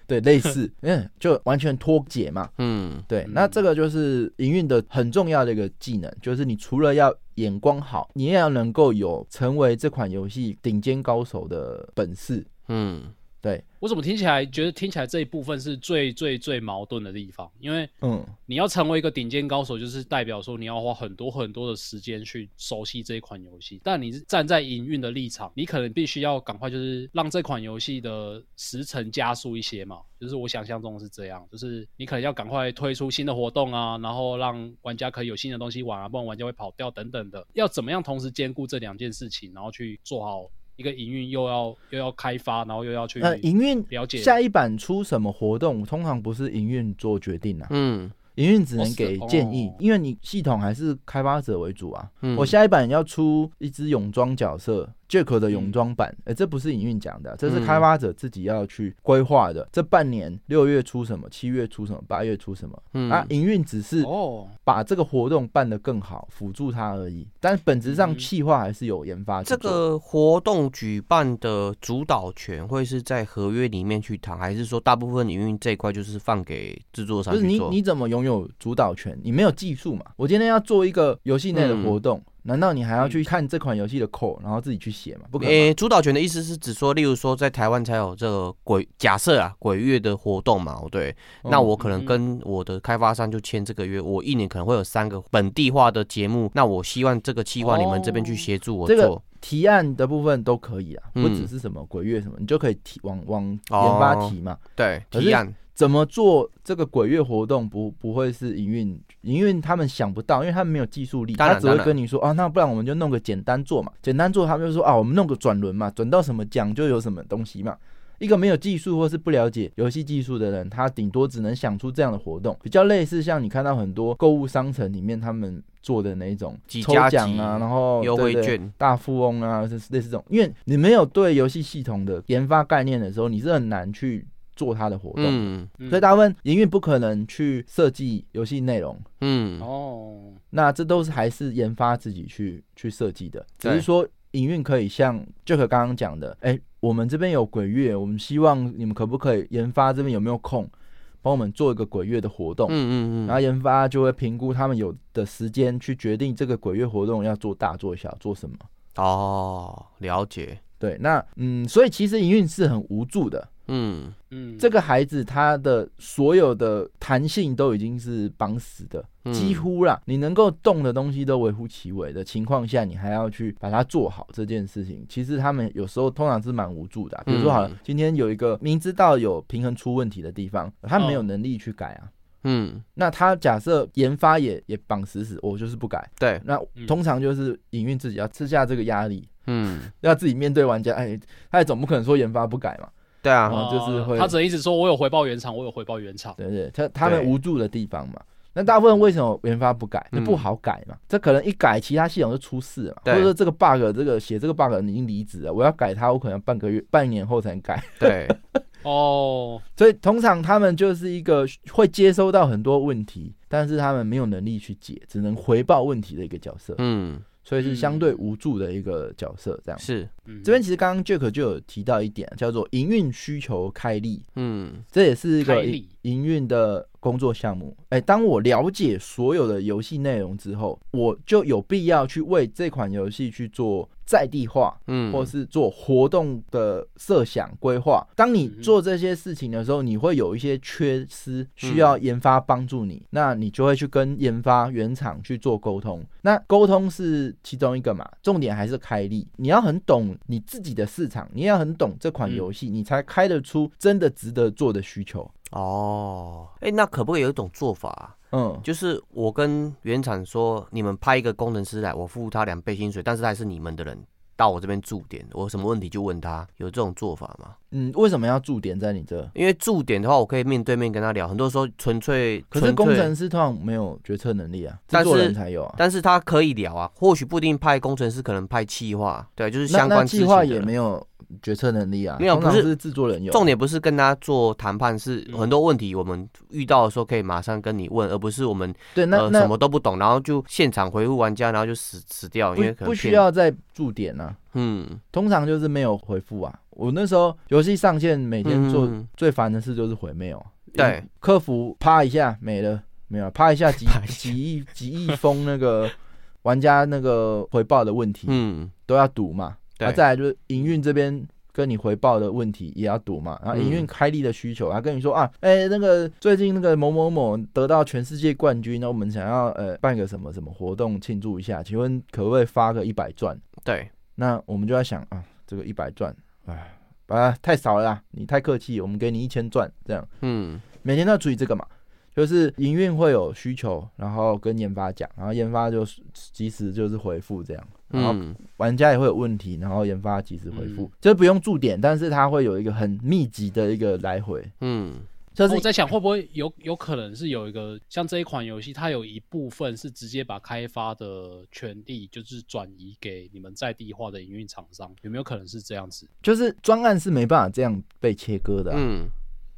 Speaker 4: 对，类似， 嗯，就完全脱节嘛。
Speaker 5: 嗯
Speaker 4: 对，
Speaker 2: 嗯
Speaker 4: 那这个就是营运的很重要的一个技能，就是你除了要眼光好，你也要能够有成为这款游戏顶尖高手的本事。
Speaker 5: 嗯
Speaker 4: 对，
Speaker 2: 我怎么听起来觉得听起来这一部分是最最最矛盾的地方？因为
Speaker 4: 嗯，
Speaker 2: 你要成为一个顶尖高手，就是代表说你要花很多很多的时间去熟悉这一款游戏。但你是站在营运的立场，你可能必须要赶快就是让这款游戏的时程加速一些嘛。就是我想象中是这样，就是你可能要赶快推出新的活动啊，然后让玩家可以有新的东西玩啊，不然玩家会跑掉等等的。要怎么样同时兼顾这两件事情，然后去做好一个营运，又要又要开发，然后又要去
Speaker 4: 那营运
Speaker 2: 了解
Speaker 4: 下一版出什么活动，通常不是营运做决定啊，
Speaker 5: 嗯
Speaker 4: 营运只
Speaker 2: 哦
Speaker 4: 能
Speaker 2: 是
Speaker 4: 给
Speaker 2: 哦
Speaker 4: 建议，因为你系统还是开发者为主啊。
Speaker 5: 嗯，
Speaker 4: 我下一版要出一支泳装角色，Jack 的泳装版，哎、这不是营运讲的啊，这是开发者自己要去规划的。这半年六月出什么，七月出什么，八月出什么，
Speaker 5: 嗯
Speaker 4: 啊，营运只是
Speaker 2: 哦，
Speaker 4: 把这个活动办得更好，辅助它而已。但本质上，
Speaker 2: 嗯
Speaker 4: 企划还是有研发去
Speaker 5: 这
Speaker 4: 做
Speaker 5: 个活动举办的主导权会是在合约里面去谈，还是说大部分营运这一块就是放给制作商
Speaker 4: 就是
Speaker 5: 去
Speaker 4: 你
Speaker 5: 做？嗯
Speaker 4: 你怎么拥有主导权？你没有技术嘛？我今天要做一个游戏内的活动，难道你还要去看这款游戏的 code，然后自己去写吗？不可能嘛。
Speaker 5: 诶、主导权的意思是指说，例如说在台湾才有这个鬼假设啊鬼月的活动嘛，对，那
Speaker 4: 哦
Speaker 5: 我可能跟我的开发商就签这个约，我一年可能会有三个本地化的节目，那我希望这个计划你们这边去协助我
Speaker 4: 哦这个
Speaker 5: 做。
Speaker 4: 提案的部分都可以啊，
Speaker 5: 嗯哦
Speaker 4: 不只是什么鬼月什么，你就可以提往往研发提嘛。
Speaker 5: 对，
Speaker 4: 可
Speaker 5: 提
Speaker 4: 是
Speaker 5: 案，
Speaker 4: 怎么做这个鬼月活动不不会是营运营运他们想不到，因为他们没有技术力，
Speaker 5: 当
Speaker 4: 他
Speaker 5: 然
Speaker 4: 只会
Speaker 5: 当然
Speaker 4: 跟你说啊，那不然我们就弄个简单做嘛，简单做他们就说啊，我们弄个转轮嘛，转到什么奖就有什么东西嘛。一个没有技术或是不了解游戏技术的人，他顶多只能想出这样的活动，比较类似像你看到很多购物商城里面他们做的那一种
Speaker 5: 几
Speaker 4: 抽
Speaker 5: 加
Speaker 4: 奖
Speaker 5: 几
Speaker 4: 啊，然后
Speaker 5: 优
Speaker 4: 对
Speaker 5: 惠
Speaker 4: 对
Speaker 5: 券
Speaker 4: 大富翁啊，就是类似这种，因为你没有对游戏系统的研发概念的时候，你是很难去做它的活动的。
Speaker 5: 嗯
Speaker 2: 嗯
Speaker 4: 所以大部分营运不可能去设计游戏内容，
Speaker 5: 嗯，
Speaker 2: 哦，
Speaker 4: 那这都是还是研发自己去去设计的，只
Speaker 5: 对
Speaker 4: 是说营运可以像 Jack 刚刚讲的，哎、我们这边有鬼月，我们希望你们可不可以研发这边有没有空，帮我们做一个鬼月的活动，
Speaker 5: 嗯嗯
Speaker 4: 然后
Speaker 5: 嗯，
Speaker 4: 研发就会评估他们有的时间去决定这个鬼月活动要做大做小做什么。
Speaker 5: 哦，了解，
Speaker 4: 对，那嗯，所以其实营运是很无助的，
Speaker 5: 嗯，
Speaker 2: 嗯，
Speaker 4: 这个孩子他的所有的弹性都已经是绑死的，
Speaker 5: 嗯
Speaker 4: 几乎啦，你能够动的东西都微乎其微的情况下，你还要去把它做好这件事情，其实他们有时候通常是蛮无助的啊、比如说，好了
Speaker 5: 嗯，
Speaker 4: 今天有一个明知道有平衡出问题的地方，他没有
Speaker 2: 哦
Speaker 4: 能力去改啊。
Speaker 5: 嗯，
Speaker 4: 那他假设研发也也绑死死，我就是不改。
Speaker 5: 对，
Speaker 4: 那
Speaker 2: 嗯
Speaker 4: 通常就是营运自己要吃下这个压力，
Speaker 5: 嗯，
Speaker 4: 要自己面对玩家。哎，他也总不可能说研发不改嘛。
Speaker 5: 对啊，
Speaker 4: 哦就是会
Speaker 2: 他只能一直说我有回报原厂，我有回报原厂。
Speaker 4: 对对，他他
Speaker 5: 对
Speaker 4: 们无助的地方嘛。那大部分为什么研发不改？那
Speaker 5: 嗯
Speaker 4: 不好改嘛。这可能一改，其他系统就出事了嘛。或
Speaker 5: 对
Speaker 4: 者说这个 bug，这个写这个 bug 已经离职了，我要改它，我可能半个月、半年后才能改。
Speaker 5: 对，
Speaker 2: 哦，
Speaker 4: 所以通常他们就是一个会接收到很多问题，但是他们没有能力去解，只能回报问题的一个角色，
Speaker 5: 嗯，
Speaker 4: 所以是相对无助的一个角色。这样，
Speaker 5: 是，
Speaker 2: 嗯
Speaker 4: 这边其实刚刚 Jack 就有提到一点，叫做营运需求开立。
Speaker 5: 嗯，
Speaker 4: 这也是一
Speaker 2: 开
Speaker 4: 个营
Speaker 2: 立
Speaker 4: 营运的工作项目。哎，当我了解所有的游戏内容之后，我就有必要去为这款游戏去做在地化，
Speaker 5: 嗯，
Speaker 4: 或是做活动的设想规划。当
Speaker 5: 嗯
Speaker 4: 你做这些事情的时候，你会有一些缺失，需要研发帮助
Speaker 5: 嗯
Speaker 4: 你，那你就会去跟研发原厂去做沟通。那沟通是其中一个嘛，重点还是开立。你要很懂你自己的市场，你要很懂这款
Speaker 2: 嗯
Speaker 4: 游戏，你才开得出真的值得做的需求。
Speaker 5: 哦，哎、那可不可以有一种做法啊、
Speaker 4: 嗯，
Speaker 5: 就是我跟原厂说，你们派一个工程师来，我付他两倍薪水，但是他还是你们的人，到我这边驻点，我有什么问题就问他，有这种做法吗？
Speaker 4: 嗯，为什么要驻点在你这？
Speaker 5: 因为驻点的话，我可以面对面跟他聊，很多时候纯粹，
Speaker 4: 可是工
Speaker 5: 纯粹
Speaker 4: 程师通常没有决策能力啊，制
Speaker 5: 但
Speaker 4: 作人
Speaker 5: 是
Speaker 4: 才有啊。
Speaker 5: 但是他可以聊啊，或许不一定派工程师，可能派企划，对，就是
Speaker 4: 那
Speaker 5: 相
Speaker 4: 那
Speaker 5: 关咨
Speaker 4: 计
Speaker 5: 询
Speaker 4: 划
Speaker 5: 的
Speaker 4: 也
Speaker 5: 人
Speaker 4: 没有决策能力啊，
Speaker 5: 没有
Speaker 4: 通常
Speaker 5: 不是
Speaker 4: 是制作人有啊。
Speaker 5: 重点不是跟他做谈判，是
Speaker 2: 嗯
Speaker 5: 很多问题我们遇到的时候可以马上跟你问，而不是我们
Speaker 4: 对，那
Speaker 5: 呃
Speaker 4: 那
Speaker 5: 什么都不懂，然后就现场回复玩家，然后就死死掉，因为可
Speaker 4: 不
Speaker 5: 能
Speaker 4: 不需
Speaker 5: 骗
Speaker 4: 要再驻点啊，
Speaker 5: 嗯，
Speaker 4: 通常就是没有回复啊。我那时候游戏上线，每天做
Speaker 5: 嗯
Speaker 4: 最烦的事就是回 mail，啊、
Speaker 5: 对
Speaker 4: 嗯，客服啪一下没了，没有啊啪一下几
Speaker 5: 啪一下
Speaker 4: 几亿几亿封那个玩家那个回报的问题、
Speaker 5: 嗯，
Speaker 4: 都要读嘛，
Speaker 5: 对
Speaker 4: 那、啊再来就是营运这边。跟你回报的问题也要读嘛，然后营运
Speaker 5: 嗯
Speaker 4: 开立的需求，他、跟你说啊，哎、那个最近那个某某某得到全世界冠军，那我们想要呃办个什么什么活动庆祝一下，请问可不可以发个一百钻？
Speaker 5: 对，
Speaker 4: 那我们就在想啊，这个一百钻，哎，啊太少了啦，你太客气，我们给你一千钻，这样
Speaker 5: 嗯
Speaker 4: 每天都要注意这个嘛。就是营运会有需求，然后跟研发讲，然后研发就是及时就是回复这样，然后
Speaker 5: 嗯，
Speaker 4: 玩家也会有问题，然后研发及时回复，
Speaker 2: 嗯
Speaker 4: 就是不用驻点，但是它会有一个很密集的一个来回，
Speaker 5: 嗯，
Speaker 4: 就
Speaker 2: 哦我
Speaker 4: 是
Speaker 2: 在想，会不会有有可能是有一个像这一款游戏，它有一部分是直接把开发的权利就是转移给你们在地化的营运厂商，有没有可能是这样子？
Speaker 4: 就是专案是没办法这样被切割的啊、
Speaker 5: 嗯，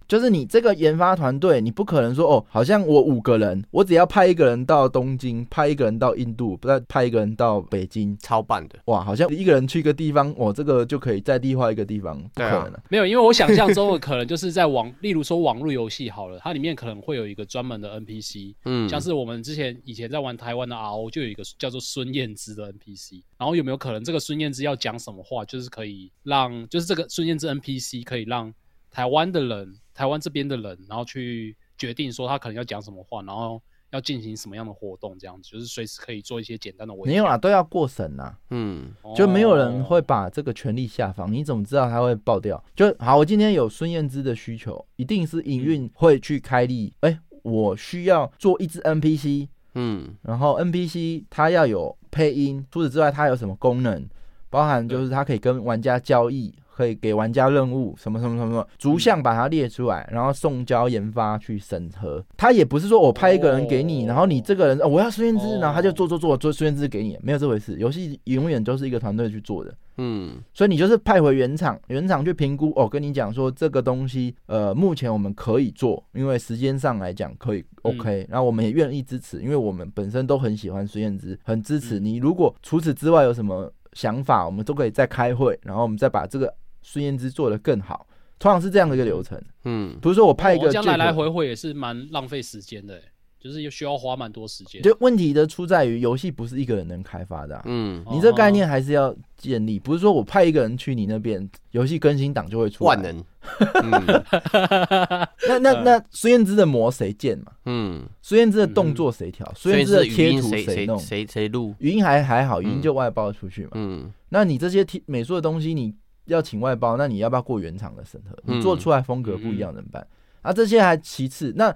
Speaker 4: 就是你这个研发团队，你不可能说哦，好像我五个人，我只要派一个人到东京，派一个人到印度，不再派一个人到北京，
Speaker 5: 超棒的。
Speaker 4: 哇，好像一个人去一个地方，我这个就可以在地化一个地方，不
Speaker 5: 对
Speaker 4: 可
Speaker 5: 啊
Speaker 4: 能的、
Speaker 2: 没有，因为我想象中的可能就是在网， 例如说网络游戏好了，它里面可能会有一个专门的 NPC，
Speaker 5: 嗯，
Speaker 2: 像是我们之前以前在玩台湾的 RO，就有一个叫做孙燕姿的 NPC，然后有没有可能这个孙燕姿要讲什么话，就是可以让，就是这个孙燕姿 NPC 可以让台湾的人，台湾这边的人，然后去决定说他可能要讲什么话，然后要进行什么样的活动，这样子就是随时可以做一些简单的微调。
Speaker 4: 没有啦，啊都要过审啦。
Speaker 5: 嗯，
Speaker 2: 哦
Speaker 4: 就没有人会把这个权利下放，你怎么知道他会爆掉？就好，我今天有孙燕姿的需求，一定是营运会去开立，哎、我需要做一只 NPC，
Speaker 5: 嗯
Speaker 4: 然后 NPC 它要有配音，除此之外它有什么功能？包含就是它可以跟玩家交易，可以给玩家任务，什么什么什么什么，逐项把它列出来，然后送交研发去审核。它也不是说我派一个人给你，
Speaker 2: 哦
Speaker 4: 然后你这个人、哦、我要孙燕姿，
Speaker 2: 哦
Speaker 4: 然后他就做做做做孙燕姿给你，没有这回事。游戏永远都是一个团队去做的。
Speaker 5: 嗯
Speaker 4: 所以你就是派回原厂，原厂去评估哦，跟你讲说这个东西，呃，目前我们可以做，因为时间上来讲可以
Speaker 2: 嗯
Speaker 4: OK，、然后我们也愿意支持，因为我们本身都很喜欢孙燕姿，很支
Speaker 2: 嗯
Speaker 4: 持你。如果除此之外有什么想法，我们都可以再开会，然后我们再把这个孙燕姿做得更好。通常是这样的一个流程，
Speaker 5: 嗯，
Speaker 4: 不是说我派一
Speaker 2: 哦
Speaker 4: 个
Speaker 2: 这样来
Speaker 4: Jack-
Speaker 2: 来回回也是蛮浪费时间的欸，就是需要花蛮多时间。
Speaker 4: 就问题的出在于游戏不是一个人能开发的啊、
Speaker 5: 嗯，
Speaker 2: 哦
Speaker 4: 你这个概念还是要建立，不是说我派一个人去你那边，游戏更新档就会出来
Speaker 5: 万。能，嗯
Speaker 4: 那那那孙燕姿的模谁建嘛？
Speaker 5: 嗯，
Speaker 4: 孙燕姿的动作谁调？孙燕姿的
Speaker 5: 是语
Speaker 4: 贴
Speaker 5: 音
Speaker 4: 图
Speaker 5: 谁谁
Speaker 4: 弄？
Speaker 5: 谁谁录，
Speaker 4: 语音还还好，语音
Speaker 5: 嗯
Speaker 4: 就外包出去嘛。
Speaker 5: 嗯
Speaker 4: 那你这些贴美术的东西，你要请外包，那你要不要过原厂的审核？
Speaker 5: 嗯
Speaker 4: 你做出来风格不一样怎么办？啊，这些还其次。那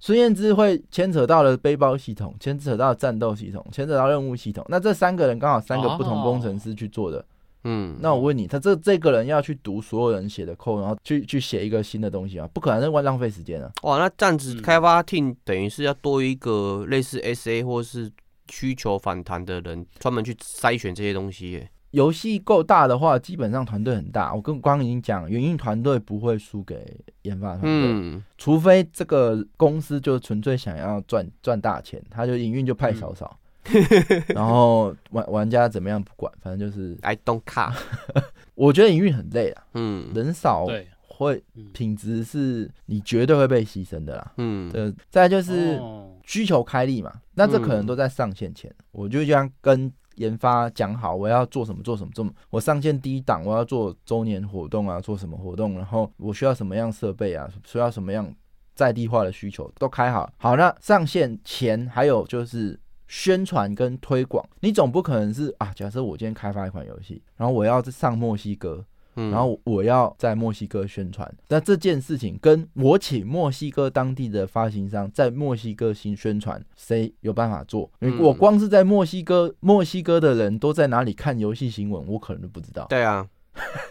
Speaker 4: 孙燕姿会牵扯到了背包系统，牵扯到战斗系统，牵扯到任务系统。那这三个人刚好三个不同
Speaker 2: 哦
Speaker 4: 工程师去做的。
Speaker 5: 嗯，
Speaker 4: 那我问你，他这这个人要去读所有人写的扣，然后去去写一个新的东西啊？不可能，那浪费时间啊。
Speaker 5: 哇，那这样子
Speaker 2: 嗯
Speaker 5: 开发 team 等于是要多一个类似 SA 或是需求反弹的人，专门去筛选这些东西耶。
Speaker 4: 游戏够大的话，基本上团队很大。我跟光已经讲，原运团队不会输给研发团队，
Speaker 5: 嗯
Speaker 4: 除非这个公司就纯粹想要赚赚大钱，他就营运就派少少，
Speaker 5: 嗯
Speaker 4: 然后玩玩家怎么样不管，反正就是，
Speaker 5: ，I don't care。
Speaker 4: 我觉得营运很累啊，
Speaker 5: 嗯
Speaker 4: 人少
Speaker 2: 对，
Speaker 4: 会
Speaker 2: 嗯
Speaker 4: 品质是你绝对会被牺牲的啦。
Speaker 5: 嗯
Speaker 4: 对，再来就是
Speaker 2: 哦
Speaker 4: 需求开立嘛，那这可能都在上线前，我就这样跟研发讲好，我要做什么做什么做什么，我上线第一档我要做周年活动啊，做什么活动，然后我需要什么样设备啊，需要什么样在地化的需求都开好。好，那上线前还有就是。宣传跟推广，你总不可能是啊？假设我今天开发一款游戏，然后我要上墨西哥，
Speaker 5: 嗯，
Speaker 4: 然后我要在墨西哥宣传，那这件事情跟我请墨西哥当地的发行商在墨西哥行宣传，谁有办法做？因为
Speaker 5: 嗯
Speaker 4: 我光是在墨西哥，墨西哥的人都在哪里看游戏新闻，我可能都不知道。
Speaker 5: 对啊，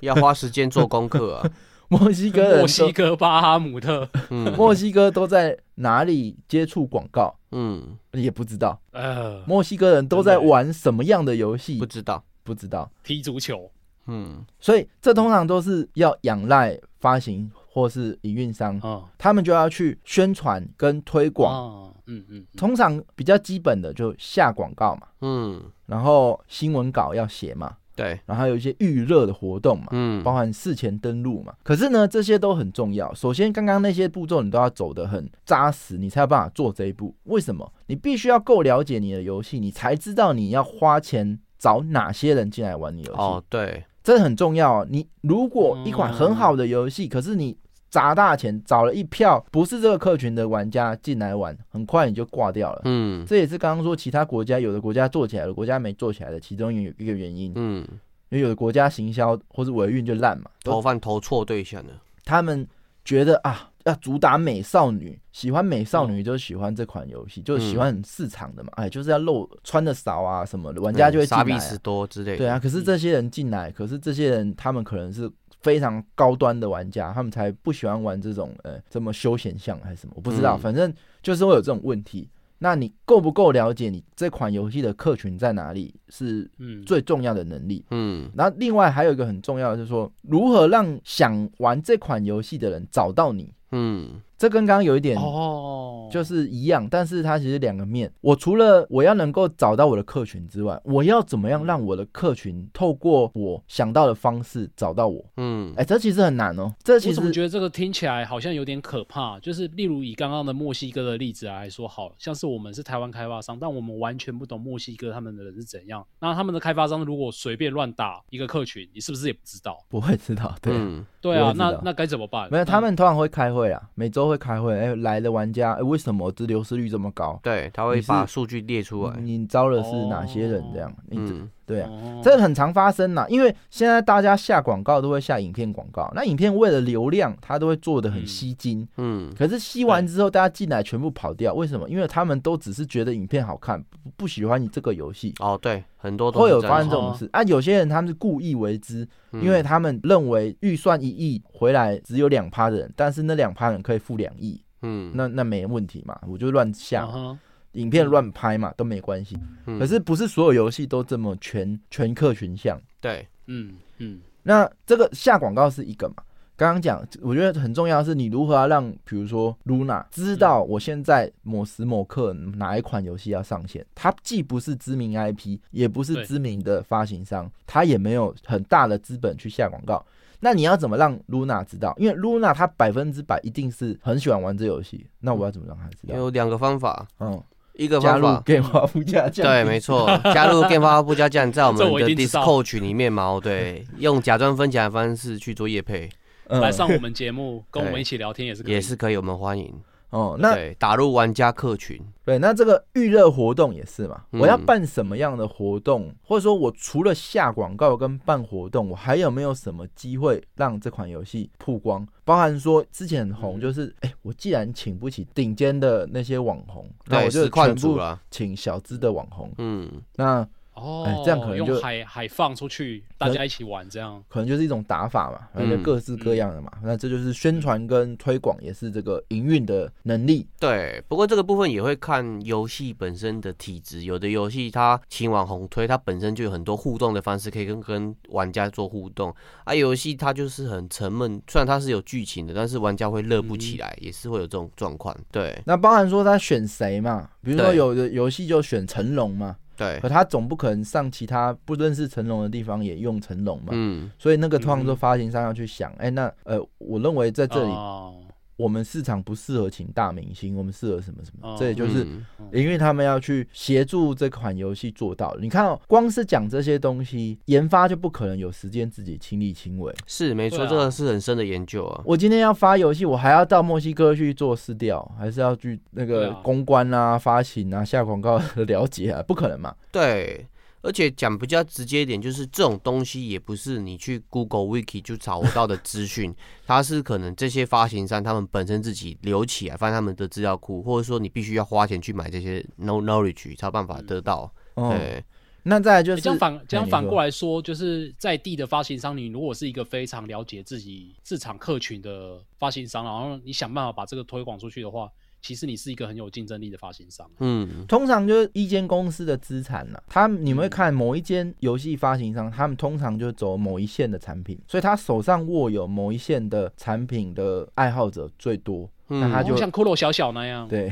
Speaker 5: 要花时间做功课 啊。
Speaker 4: 墨西哥人都
Speaker 2: 墨西哥巴哈姆特，
Speaker 5: 嗯
Speaker 4: 墨西哥都在哪里接触广告，
Speaker 5: 嗯，
Speaker 4: 也不知道。
Speaker 2: 呃，
Speaker 4: 墨西哥人都在
Speaker 2: 真的
Speaker 4: 玩什么样的游戏
Speaker 5: 不，知道。
Speaker 4: 不知道。
Speaker 2: 踢足球，
Speaker 5: 嗯
Speaker 4: 所以这通常都是要仰赖发行或是营运
Speaker 5: 嗯
Speaker 4: 商，
Speaker 2: 啊
Speaker 4: 他们就要去宣传跟推广。
Speaker 2: 啊，嗯嗯，嗯
Speaker 4: 通常比较基本的就下广告嘛，
Speaker 5: 嗯，
Speaker 4: 然后新闻稿要写嘛，
Speaker 5: 对，
Speaker 4: 然后还有一些预热的活动嘛，
Speaker 5: 嗯
Speaker 4: 包含事前登录嘛。可是呢，这些都很重要。首先，刚刚那些步骤你都要走得很扎实，你才有办法做这一步。为什么？你必须要够了解你的游戏，你才知道你要花钱。找哪些人进来玩你游戏？
Speaker 5: 哦，对，
Speaker 4: 这很重要、哦。你如果一款很好的游
Speaker 5: 嗯
Speaker 4: 戏，可是你砸大钱找了一票不是这个客群的玩家进来玩，很快你就挂掉了。
Speaker 5: 嗯
Speaker 4: 这也是刚刚说其他国家有的国家做起来，有的国家没做起来的其中有一个原因，
Speaker 5: 嗯，
Speaker 4: 因为有的国家行销或是维运就烂嘛，
Speaker 5: 投放投错对象了。
Speaker 4: 他们觉得啊要主打美少女，喜欢美少
Speaker 5: 嗯
Speaker 4: 女就喜欢这款游戏，就喜欢很市场的嘛，哎，就是要露穿的少啊什么的，玩家就会进
Speaker 5: 傻
Speaker 4: 来、
Speaker 5: 逼
Speaker 4: 啊
Speaker 5: 嗯死多之类的。
Speaker 4: 对啊，，可是这些人进来，可是这些人他们可能是非常高端的玩家，他们才不喜欢玩这种呃这么休闲项还是什么，我不知道，
Speaker 5: 嗯
Speaker 4: 反正就是会有这种问题。那你够不够了解你这款游戏的客群在哪里是
Speaker 2: 嗯，
Speaker 4: 最重要的能力。
Speaker 5: 嗯
Speaker 4: 然后另外还有一个很重要的就是说，如何让想玩这款游戏的人找到你，
Speaker 5: 嗯
Speaker 4: 这跟刚刚有一点
Speaker 2: 哦，
Speaker 4: 就是一样，但是它其实两个面。我除了我要能够找到我的客群之外，我要怎么样让我的客群透过我想到的方式找到我？
Speaker 5: 嗯
Speaker 4: 哎、这其实很难哦。这
Speaker 2: 我
Speaker 4: 其
Speaker 2: 怎么觉得
Speaker 4: 实
Speaker 2: 这个听起来好像有点可怕？就是例如以刚刚的墨西哥的例子啊来说，好像是我们是台湾开发商，但我们完全不懂墨西哥他们的人是怎样。那他们的开发商如果随便乱打一个客群，你是不是也不知道？
Speaker 4: 不会知道，对。
Speaker 5: 嗯
Speaker 2: 对啊
Speaker 4: 我，知道
Speaker 2: 那那该怎么办？
Speaker 4: 没有，
Speaker 2: 那
Speaker 4: 他们通常会开会啊，每周会开会。哎、来的玩家，哎、为什么这流失率这么高？
Speaker 5: 对，他
Speaker 4: 你
Speaker 5: 会
Speaker 4: 是
Speaker 5: 把数据列出来。
Speaker 4: 你招的是哪些人？这样，你这
Speaker 5: 嗯
Speaker 4: 对啊，
Speaker 2: 哦
Speaker 4: 这很常发生呐、因为现在大家下广告都会下影片广告，那影片为了流量，它都会做的很
Speaker 2: 嗯
Speaker 4: 吸睛。
Speaker 5: 嗯
Speaker 4: 可是吸完之后，大家进来全部跑掉，为什么？因为他们都只是觉得影片好看，不不喜欢你这个游戏，
Speaker 5: 哦对，很多都
Speaker 4: 会
Speaker 5: 是
Speaker 4: 有
Speaker 5: 这
Speaker 4: 发生
Speaker 5: 样
Speaker 4: 这种事啊。有些人他们是故意为之，
Speaker 5: 哦嗯
Speaker 4: 因为他们认为预算一亿回来只有两趴的人，但是那两趴人可以付两亿，
Speaker 5: 嗯
Speaker 4: 那那没问题嘛，我就乱下
Speaker 2: 嗯
Speaker 4: 嘛，
Speaker 2: 哼
Speaker 4: 影片乱拍嘛，都没关系。
Speaker 5: 嗯
Speaker 4: 可是不是所有游戏都这么全全客群像。
Speaker 5: 对
Speaker 2: 嗯嗯
Speaker 4: 那这个下广告是一个嘛？刚刚讲，我觉得很重要的是你如何要让，比如说 Luna 知道我现在某时某刻哪一款游戏要上线。它既不是知名 IP，也不是
Speaker 2: 对
Speaker 4: 知名的发行商，它也没有很大的资本去下广告。那你要怎么让 Luna 知道？因为 Luna 她百分之百一定是很喜欢玩这游戏，那我要怎么让她知道？
Speaker 5: 有两个方法，
Speaker 4: 嗯，
Speaker 5: 一个
Speaker 4: 加
Speaker 5: 方
Speaker 4: 入
Speaker 5: 法
Speaker 4: Game 化附加价。
Speaker 5: 对，没错， 加入电发布加酱在我们
Speaker 2: 这我一
Speaker 5: 的
Speaker 2: 定知道
Speaker 5: Discord 群里面嘛，哦 对，用假装分享的方式去做夜配
Speaker 4: 嗯
Speaker 2: 来上我们节目，跟我们
Speaker 5: 对
Speaker 2: 一起聊天也是可以
Speaker 5: 也是可以，我们欢迎。
Speaker 4: 哦，那
Speaker 5: 对，打入玩家客群，
Speaker 4: 对，那这个预热活动也是嘛，
Speaker 5: 嗯
Speaker 4: 我要办什么样的活动，或者说我除了下广告跟办活动，我还有没有什么机会让这款游戏曝光？包含说之前很
Speaker 2: 嗯
Speaker 4: 红，就是哎、我既然请不起顶尖的那些网红，那
Speaker 5: 对，
Speaker 4: 我就是
Speaker 5: 矿
Speaker 4: 全
Speaker 5: 主
Speaker 4: 部
Speaker 5: 啦，
Speaker 4: 请小资的网红，
Speaker 5: 嗯，
Speaker 4: 那
Speaker 2: 哦
Speaker 4: 哎，这样可能就
Speaker 2: 用海海放出去，大家一起玩这样。
Speaker 4: 可能就是一种打法嘛，反正就
Speaker 5: 嗯
Speaker 4: 各式各样的嘛。那这就是宣传跟推广，也是这个营运的能力。
Speaker 5: 对。不过这个部分也会看游戏本身的体质，有的游戏它请网红推，它本身就有很多互动的方式可以跟跟玩家做互动，啊，有游戏它就是很沉闷，虽然它是有剧情的，但是玩家会乐不起来，也是会有这种状况。对
Speaker 4: 那包含说他选谁嘛，比如说
Speaker 5: 对
Speaker 4: 有的游戏就选成龙嘛。
Speaker 5: 对
Speaker 4: 可，他总不可能上其他不认识成龙的地方也用成龙嘛，
Speaker 5: 嗯
Speaker 4: 所以那个通常说发行商要去想，哎、那呃，我认为在这里
Speaker 2: 哦
Speaker 4: 我们市场不适合请大明星，我们适合什么什么，
Speaker 2: 哦
Speaker 4: 这也就是。
Speaker 5: 嗯
Speaker 4: 因为他们要去协助这款游戏做到，你看、哦，光是讲这些东西，研发就不可能有时间自己亲力亲为。
Speaker 5: 是没错，
Speaker 2: 对啊
Speaker 5: 这个是很深的研究啊。
Speaker 4: 我今天要发游戏，我还要到墨西哥去做试调，还是要去那
Speaker 2: 对
Speaker 4: 个
Speaker 2: 啊
Speaker 4: 公关啊、发行啊、下广告的 了解啊，不可能嘛。
Speaker 5: 对，而且讲比较直接一点，就是这种东西也不是你去 Google Wiki 就找得到的资讯，它是可能这些发行商他们本身自己留起来放他们的资料库，或者说你必须要花钱去买这些 no knowledge 才有办法得到。
Speaker 4: 哦，
Speaker 5: 对，
Speaker 4: 那再来就
Speaker 2: 欸
Speaker 4: 是
Speaker 2: 这样反这样
Speaker 4: 哎
Speaker 2: 反
Speaker 4: 你说
Speaker 2: 过来说，就是在地的发行商，你如果是一个非常了解自己市场客群的发行商，然后你想办法把这个推广出去的话，其实你是一个很有竞争力的发行商。
Speaker 5: 嗯
Speaker 4: 通常就是一间公司的资产呐、他们你们会嗯看某一间游戏发行商，他们通常就走某一线的产品，所以他手上握有某一线的产品的爱好者最多，那他
Speaker 5: 嗯，
Speaker 4: 就
Speaker 2: 哦像骷髅小小那样，
Speaker 4: 对，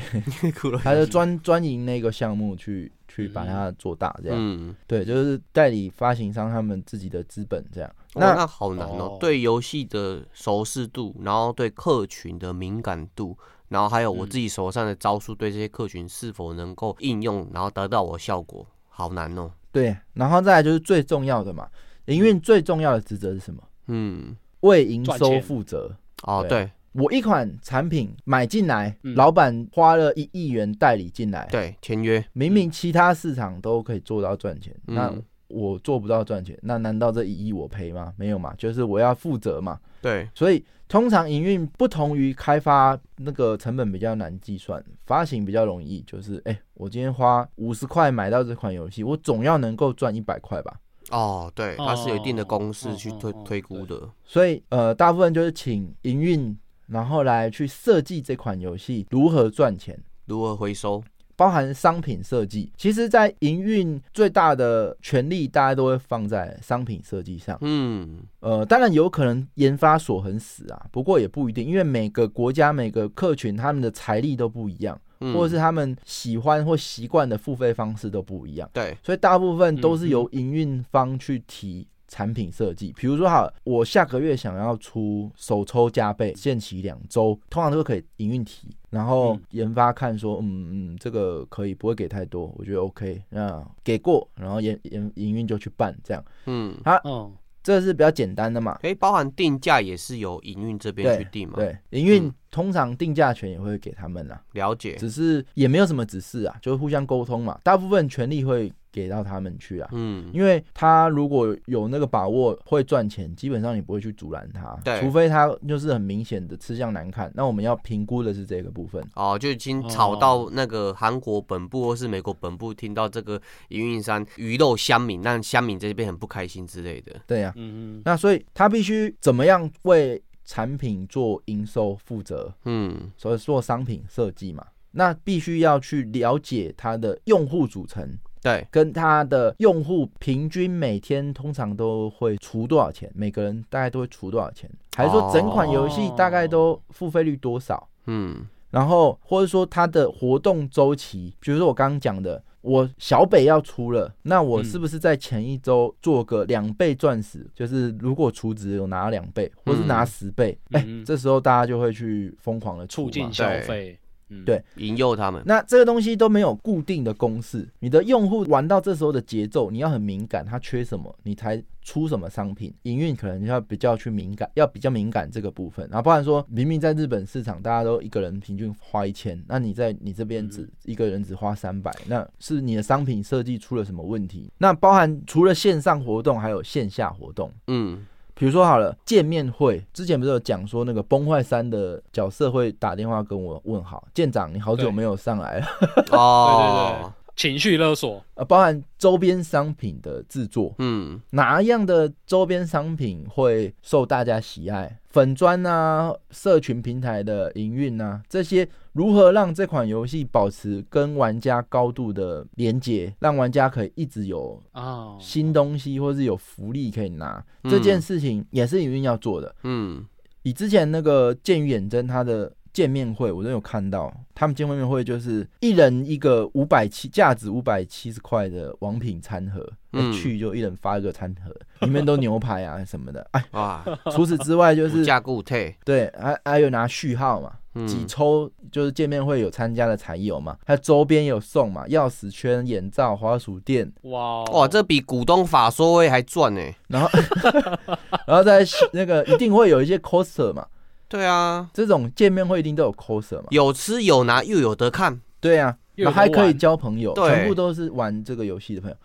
Speaker 5: 哭了
Speaker 4: 他就专专营那个项目去去把它做大，这样，
Speaker 5: 嗯，
Speaker 4: 对，就是代理发行商他们自己的资本这样。
Speaker 5: 那
Speaker 4: 那
Speaker 5: 那好难
Speaker 2: 哦
Speaker 5: 哦，对游戏的熟视度，然后对客群的敏感度，然后还有我
Speaker 4: 嗯
Speaker 5: 自己手上的招数，对这些客群是否能够应用，然后得到我的效果，好难哦。
Speaker 4: 对，然后再来就是最重要的嘛，营运最重要的职责是什么？
Speaker 5: 嗯，
Speaker 4: 为营
Speaker 2: 赚
Speaker 4: 收
Speaker 2: 钱
Speaker 4: 负责。
Speaker 5: 哦，
Speaker 4: 对
Speaker 5: 对
Speaker 4: 我一款产品买进来，
Speaker 2: 嗯
Speaker 4: 老板花了一亿元代理进来，
Speaker 5: 对，签约，
Speaker 4: 明明其他市场都可以做到赚钱，
Speaker 5: 嗯
Speaker 4: 那我做不到赚钱，那难道这一亿我赔吗？没有嘛，就是我要负责嘛。
Speaker 5: 对，
Speaker 4: 所以通常营运不同于开发，那个成本比较难计算，发行比较容易。就是哎、我今天花五十块买到这款游戏，我总要能够赚一百块吧。
Speaker 5: 哦，对，它是有一定的公
Speaker 2: 哦
Speaker 5: 式去
Speaker 2: 哦
Speaker 5: 推
Speaker 2: 哦
Speaker 5: 推估的，
Speaker 4: 所以呃，大部分就是请营运，然后来去设计这款游戏如何赚钱。
Speaker 5: 如何回收？
Speaker 4: 包含商品设计。其实，在营运最大的权力，大家都会放在商品设计上。
Speaker 5: 嗯，
Speaker 4: 呃，当然有可能研发所很死啊，不过也不一定，因为每个国家、每个客群他们的财力都不一样，
Speaker 5: 嗯
Speaker 4: 或者是他们喜欢或习惯的付费方式都不一样。
Speaker 5: 对，
Speaker 4: 所以大部分都是由营运方去提产品设计。比如说，好，我下个月想要出手抽加倍，限期两周，通常都可以营运提，然后
Speaker 2: 嗯
Speaker 4: 研发看说，嗯嗯，这个可以，不会给太多，我觉得 OK，那给过，然后研研营运就去办，这样
Speaker 5: 嗯，
Speaker 2: 嗯，
Speaker 4: 这是比较简单的嘛。
Speaker 5: 可以包含定价也是由营运这边
Speaker 4: 对
Speaker 5: 去定嘛？，
Speaker 4: 对，营运
Speaker 5: 嗯
Speaker 4: 通常定价权也会给他们啦，
Speaker 5: 了解。
Speaker 4: 只是也没有什么指示啊，就是互相沟通嘛，大部分权利会给到他们去啊。
Speaker 5: 嗯，
Speaker 4: 因为他如果有那个把握会赚钱，基本上你不会去阻拦他，
Speaker 5: 对
Speaker 4: 除非他就是很明显的吃相难看。那我们要评估的是这个部分，
Speaker 5: 哦，就已经
Speaker 2: 哦
Speaker 5: 吵到那个韩国本部或是美国本部听到这个营运商鱼肉乡民，让乡民这边很不开心之类的。
Speaker 4: 对呀、
Speaker 2: 嗯
Speaker 4: 那所以他必须怎么样为产品做营收负责，
Speaker 5: 嗯，
Speaker 4: 所以做商品设计嘛，那必须要去了解它的用户组成。
Speaker 5: 对，
Speaker 4: 跟它的用户平均每天通常都会除多少钱？每个人大概都会除多少钱？还是说整款游戏大概都付费率多少？
Speaker 5: 嗯，
Speaker 4: 然后或者说它的活动周期，比如说我刚刚讲的，我小北要出了，那我
Speaker 2: 嗯
Speaker 4: 是不是在前一周做个两倍钻石？就是如果储值有拿两倍，或是拿十倍，
Speaker 2: 嗯
Speaker 4: 哎、
Speaker 2: 嗯
Speaker 4: 这时候大家就会去疯狂的
Speaker 2: 促进
Speaker 5: 小
Speaker 2: 消费，嗯，
Speaker 4: 对
Speaker 5: 引诱他们。
Speaker 4: 那这个东西都没有固定的公式，你的用户玩到这时候的节奏，你要很敏感，他缺什么，你才出什么商品。营运可能要比较去敏感，要比较敏感这个部分。然后不然说，明明在日本市场大家都一个人平均花一千，那你在你这边只、
Speaker 2: 嗯
Speaker 4: 一个人只花三百，那是你的商品设计出了什么问题？那包含除了线上活动，还有线下活动。
Speaker 5: 嗯，
Speaker 4: 比如说好了，见面会之前不是有讲说那个崩坏三的角色会打电话跟我问好，舰长你好久
Speaker 2: 对
Speaker 4: 没有上来了，
Speaker 5: 哦，
Speaker 2: 情绪勒索，
Speaker 4: 呃，包含周边商品的制作，
Speaker 5: 嗯，
Speaker 4: 哪样的周边商品会受大家喜爱？粉砖啊，社群平台的营运啊，这些如何让这款游戏保持跟玩家高度的连接，让玩家可以一直有
Speaker 2: 啊，
Speaker 4: 新东西或是有福利可以拿，这件事情也是营运要做的。
Speaker 5: 嗯，
Speaker 4: 以之前那个剑与远征他的见面会，我都有看到，他们见面会就是一人一个五百七，价值五百七十块的王品餐盒，
Speaker 5: 嗯
Speaker 4: 去就一人发一个餐盒，里面都牛排啊什么的。哎，
Speaker 5: 哇，
Speaker 4: 除此之外就
Speaker 5: 无
Speaker 4: 是
Speaker 5: 价固退，
Speaker 4: 对，还还有拿序号嘛，
Speaker 5: 嗯
Speaker 4: 几抽就是见面会有参加的才有嘛，还有周边也有送嘛，钥匙圈、眼罩、滑鼠垫，
Speaker 2: 哇哦
Speaker 5: 哇，这比股东法说会还赚呢。
Speaker 4: 然后 然后再那个一定会有一些 coser 嘛，
Speaker 5: 对啊，
Speaker 4: 这种见面会一定都有 coser 嘛。
Speaker 5: 有吃有拿又有得看。
Speaker 4: 对啊，
Speaker 2: 又
Speaker 4: 然
Speaker 2: 有
Speaker 4: 后还
Speaker 2: 得
Speaker 4: 可以
Speaker 2: 玩
Speaker 4: 交朋友，
Speaker 5: 对
Speaker 4: 全部都是玩这个游戏的朋友。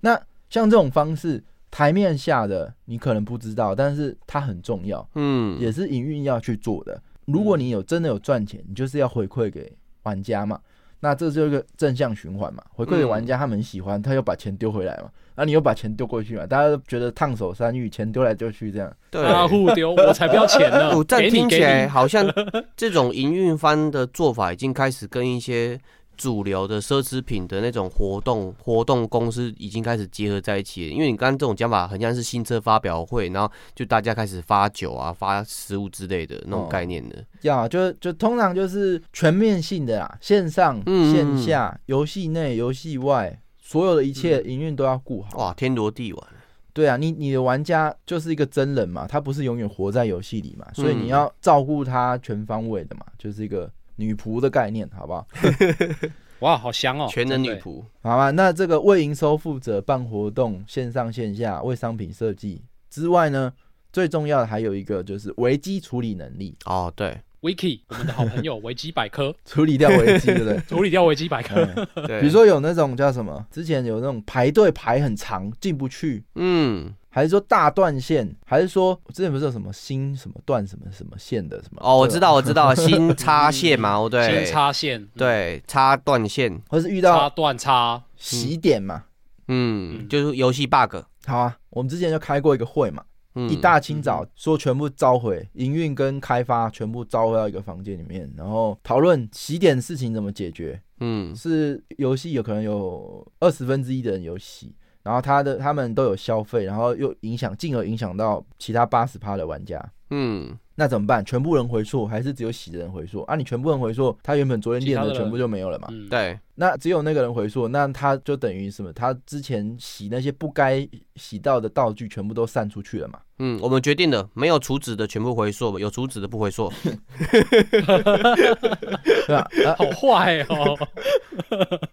Speaker 4: 那像这种方式，台面下的你可能不知道，但是它很重要，
Speaker 5: 嗯，
Speaker 4: 也是营运要去做的。如果你有真的有赚钱，你就是要回馈给玩家嘛。那这就是一个正向循环嘛，回馈给玩家，
Speaker 2: 嗯
Speaker 4: 他们很喜欢，他又把钱丢回来嘛，那、你又把钱丢过去嘛，大家都觉得烫手山芋，钱丢来丢去这样。
Speaker 5: 对。
Speaker 2: 大户啊丢，我才不要钱 呢
Speaker 5: 我，这
Speaker 2: 给
Speaker 5: 样
Speaker 2: 你
Speaker 5: 听
Speaker 2: 给
Speaker 5: 起来
Speaker 2: 你，
Speaker 5: 好像这种营运方的做法已经开始跟一些主流的奢侈品的那种活动活动公司已经开始结合在一起了。因为你刚刚这种讲法很像是新车发表会，然后就大家开始发酒啊、发食物之类的那种
Speaker 4: 哦
Speaker 5: 概念的。
Speaker 4: 要就就通常就是全面性的啦，线上、
Speaker 5: 嗯
Speaker 4: 线下、游戏内、游戏外，所有的一切
Speaker 5: 嗯
Speaker 4: 营运都要顾好。
Speaker 5: 哇，天罗地网。
Speaker 4: 对啊，你你的玩家就是一个真人嘛，他不是永远活在游戏里嘛，所以
Speaker 5: 嗯
Speaker 4: 你要照顾他全方位的嘛，就是一个女仆的概念，好不好？
Speaker 2: 哇，好香哦，
Speaker 5: 全能女
Speaker 2: 真的
Speaker 5: 仆。
Speaker 4: 好吧，那这个为营收负责办活动，线上线下为商品设计之外呢，最重要的还有一个就是危机处理能力，
Speaker 5: 哦，对
Speaker 2: Wiki，我们的好朋友维基百科，
Speaker 4: 处理掉危机，对不 对？
Speaker 2: 处理掉维基百科，
Speaker 4: 嗯
Speaker 5: 对，
Speaker 4: 比如说有那种叫什么，之前有那种排队排很长进不去，
Speaker 5: 嗯，
Speaker 4: 还是说大断线，还是说之前不是有什么新什么断什么什么线的什么？
Speaker 5: 哦，我知道，
Speaker 4: 对吧，嗯
Speaker 5: 我 知道，新插线嘛，哦对，
Speaker 2: 先插线，嗯，
Speaker 5: 对插断线，
Speaker 4: 或是遇
Speaker 5: 啊
Speaker 2: 插
Speaker 4: 到
Speaker 2: 断插，
Speaker 4: 洗点嘛。
Speaker 5: 嗯，
Speaker 2: 嗯
Speaker 5: 就是游戏 bug，
Speaker 4: 好啊，我们之前就开过一个会嘛，
Speaker 5: 嗯
Speaker 4: 一大清早说全部召回，营运跟开发全部召回到一个房间里面，然后讨论起点事情怎么解决。
Speaker 5: 嗯
Speaker 4: 是游戏有可能有二十分之一的人有洗，然后他的他们都有消费，然后又影响，进而影响到其他八十趴的玩家。
Speaker 5: 嗯
Speaker 4: 那怎么办？全部人回溯，还是只有洗的人回溯？啊，你全部人回溯，他原本昨天练
Speaker 2: 其
Speaker 4: 的
Speaker 2: 他的人
Speaker 4: 全部就没有了嘛？
Speaker 2: 嗯，
Speaker 5: 对，
Speaker 4: 那只有那个人回溯，那他就等于什么？他之前洗那些不该洗到的道具，全部都散出去了嘛？
Speaker 5: 嗯，我们决定了，没有除子的全部回溯，有除子的不回溯。
Speaker 4: 对 吧、啊？
Speaker 2: 好坏 哦，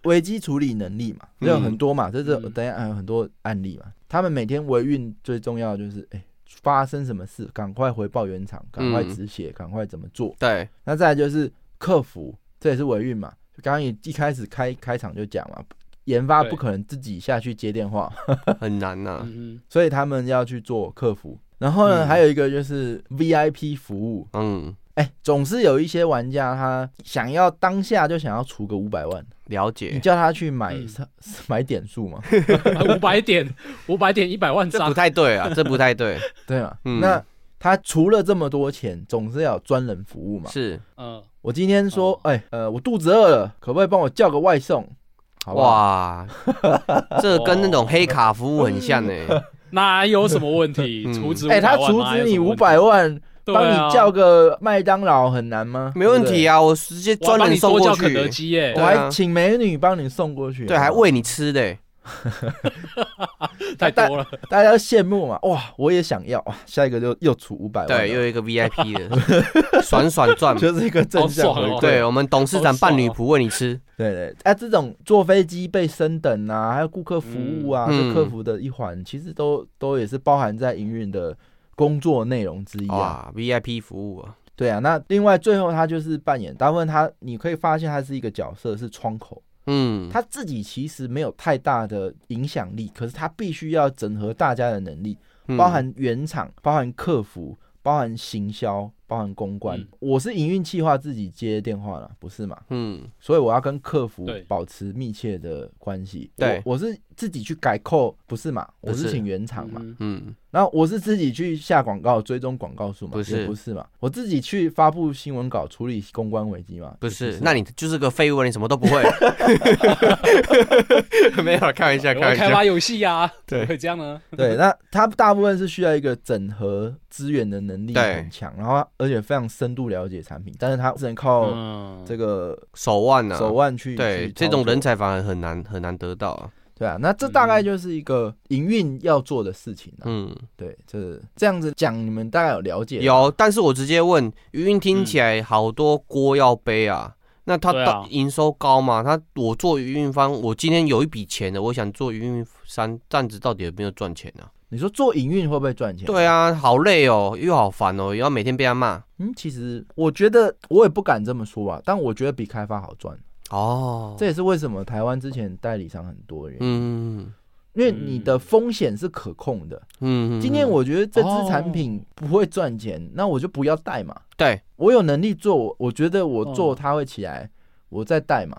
Speaker 4: 危机处理能力嘛，
Speaker 5: 嗯
Speaker 4: 这有很多嘛，这是
Speaker 2: 嗯
Speaker 4: 等一下还有很多案例嘛。他们每天维运最重要的就是，哎、发生什么事，赶快回报原厂，赶快
Speaker 5: 嗯
Speaker 4: 止血，赶快怎么做。
Speaker 5: 对，
Speaker 4: 那再来就是客服，这也是维运嘛。刚刚也一开始开开场就讲嘛，研发
Speaker 2: 对
Speaker 4: 不可能自己下去接电话，
Speaker 5: 很难呐、
Speaker 2: 嗯
Speaker 4: 所以他们要去做客服。然后呢，
Speaker 5: 嗯
Speaker 4: 还有一个就是 VIP 服务，
Speaker 5: 嗯，
Speaker 4: 哎、总是有一些玩家他想要当下就想要出个五百万，
Speaker 5: 了
Speaker 4: 你
Speaker 5: 解，
Speaker 4: 叫他去买、
Speaker 2: 嗯
Speaker 4: 买点数嘛，
Speaker 2: 哼，嗯五百点，五百点，一百万
Speaker 5: 这
Speaker 2: 张
Speaker 5: 不，太对啊，这不 太对。
Speaker 4: 对嘛？
Speaker 5: 嗯
Speaker 4: 那他除了这么多钱，总是要有专人服务嘛。
Speaker 5: 是
Speaker 2: 嗯，
Speaker 4: 我今天说
Speaker 2: 哦，
Speaker 4: 哎、呃，我肚子饿了，可不可以帮我叫个外送？好不好？
Speaker 5: 哇，这跟那种黑卡服务很像呢、
Speaker 4: 哦
Speaker 2: 哪有什么问题？
Speaker 5: 嗯
Speaker 2: 除值
Speaker 4: 哎、
Speaker 2: 500
Speaker 4: 他
Speaker 2: 万
Speaker 4: 阻
Speaker 2: 哪
Speaker 4: 止
Speaker 2: 有
Speaker 4: 你
Speaker 2: 什么
Speaker 4: 五
Speaker 2: 问题
Speaker 4: 百，万，
Speaker 2: 对
Speaker 4: 帮
Speaker 2: 啊
Speaker 4: 你叫个麦当劳很难吗？
Speaker 5: 没问题
Speaker 4: 啊，
Speaker 5: 啊，我直接
Speaker 2: 我还
Speaker 5: 专
Speaker 2: 帮
Speaker 5: 人
Speaker 2: 你
Speaker 5: 送
Speaker 2: 多叫
Speaker 5: 过
Speaker 2: 肯德
Speaker 5: 去，
Speaker 2: 基耶
Speaker 4: 我
Speaker 5: 对，
Speaker 4: 还
Speaker 5: 啊
Speaker 4: 请美女帮你送过去，啊
Speaker 5: 对，还
Speaker 4: 好不好
Speaker 5: 喂你吃的、
Speaker 4: 哎
Speaker 2: 太多了，
Speaker 4: 大家都羡慕嘛？哇，我也想要哇！下一个就又出五百万，
Speaker 5: 对，又有一个 VIP 的， 爽爽 赚。
Speaker 4: 就是一个正向回
Speaker 2: 好爽哦
Speaker 4: 馈。
Speaker 5: 对我们董事
Speaker 2: 好
Speaker 5: 长
Speaker 2: 爽哦
Speaker 5: 伴侣仆为你吃，
Speaker 4: 对对，哎、这种坐飞机被升等啊，还有顾客服务啊，
Speaker 5: 嗯
Speaker 4: 是客服的一环，其实都都也是包含在营运的工作内容之
Speaker 5: 哦
Speaker 4: 一啊。
Speaker 5: 哇，VIP 服务啊，
Speaker 4: 对啊，那另外最后他就是扮演，大部分他你可以发现他是一个角色，是窗口，
Speaker 5: 嗯，
Speaker 4: 他自己其实没有太大的影响力，可是他必须要整合大家的能力，
Speaker 5: 嗯
Speaker 4: 包含原厂，包含客服，包含行销，包含公关。
Speaker 2: 嗯
Speaker 4: 我是营运企划自己接电话了，不是嘛？
Speaker 5: 嗯
Speaker 4: 所以我要跟客服
Speaker 2: 对
Speaker 4: 保持密切的关系。
Speaker 5: 对
Speaker 4: 我，我是自己去改扣，不是嘛？我
Speaker 5: 不是
Speaker 4: 是请原厂嘛，
Speaker 2: 嗯
Speaker 5: 嗯
Speaker 4: 然后我是自己去下广告、追踪广告数嘛，
Speaker 5: 不是
Speaker 4: 也不是嘛？我自己去发布新闻稿、处理公关危机嘛，
Speaker 5: 不
Speaker 4: 也
Speaker 5: 是，
Speaker 4: 嘛
Speaker 5: 那你就是个废物，你什么都不会。 没有，开玩笑，
Speaker 2: 我开发游戏啊，
Speaker 5: 对
Speaker 2: 会这样呢？
Speaker 4: 对，那他大部分是需要一个整合资源的能力
Speaker 5: 对
Speaker 4: 很强，然后而且非常深度了解产品，但是他只能
Speaker 5: 哦
Speaker 4: 靠
Speaker 2: 嗯，
Speaker 4: 这个
Speaker 5: 手腕呢？
Speaker 4: 手腕去、
Speaker 5: 嗯对
Speaker 4: 去
Speaker 5: 这
Speaker 4: 操
Speaker 5: 种
Speaker 4: 作
Speaker 5: 人才反而很难很难得到啊。
Speaker 4: 对啊，那这大概就是一个营运要做的事情啊。
Speaker 5: 嗯，
Speaker 4: 对，这这样子讲，你们大概有了解吧啊
Speaker 5: 有，但是我直接问，余韵听起来好多锅要背啊。那他
Speaker 2: 对啊
Speaker 5: 到营收高嘛？他我做余韵方，我今天有一笔钱的，我想做余韵山，这样子到底有没有赚钱啊？
Speaker 4: 你说做营运会不会赚钱？
Speaker 5: 对，啊，好累哦，又好烦哦，又要每天被他骂。
Speaker 4: 嗯，其实我觉得我也不敢这么说啊，但我觉得比开发好赚，
Speaker 5: 哦，
Speaker 4: 这也是为什么台湾之前代理商很多的原因，
Speaker 5: 嗯
Speaker 4: 因为你的风险是可控的。
Speaker 5: 嗯，哦
Speaker 4: 今天我觉得这支产品不会赚钱，那我就不要带嘛。
Speaker 5: 对，
Speaker 4: 我有能力做，我我觉得我做
Speaker 2: 哦
Speaker 4: 它会起来，我再带嘛。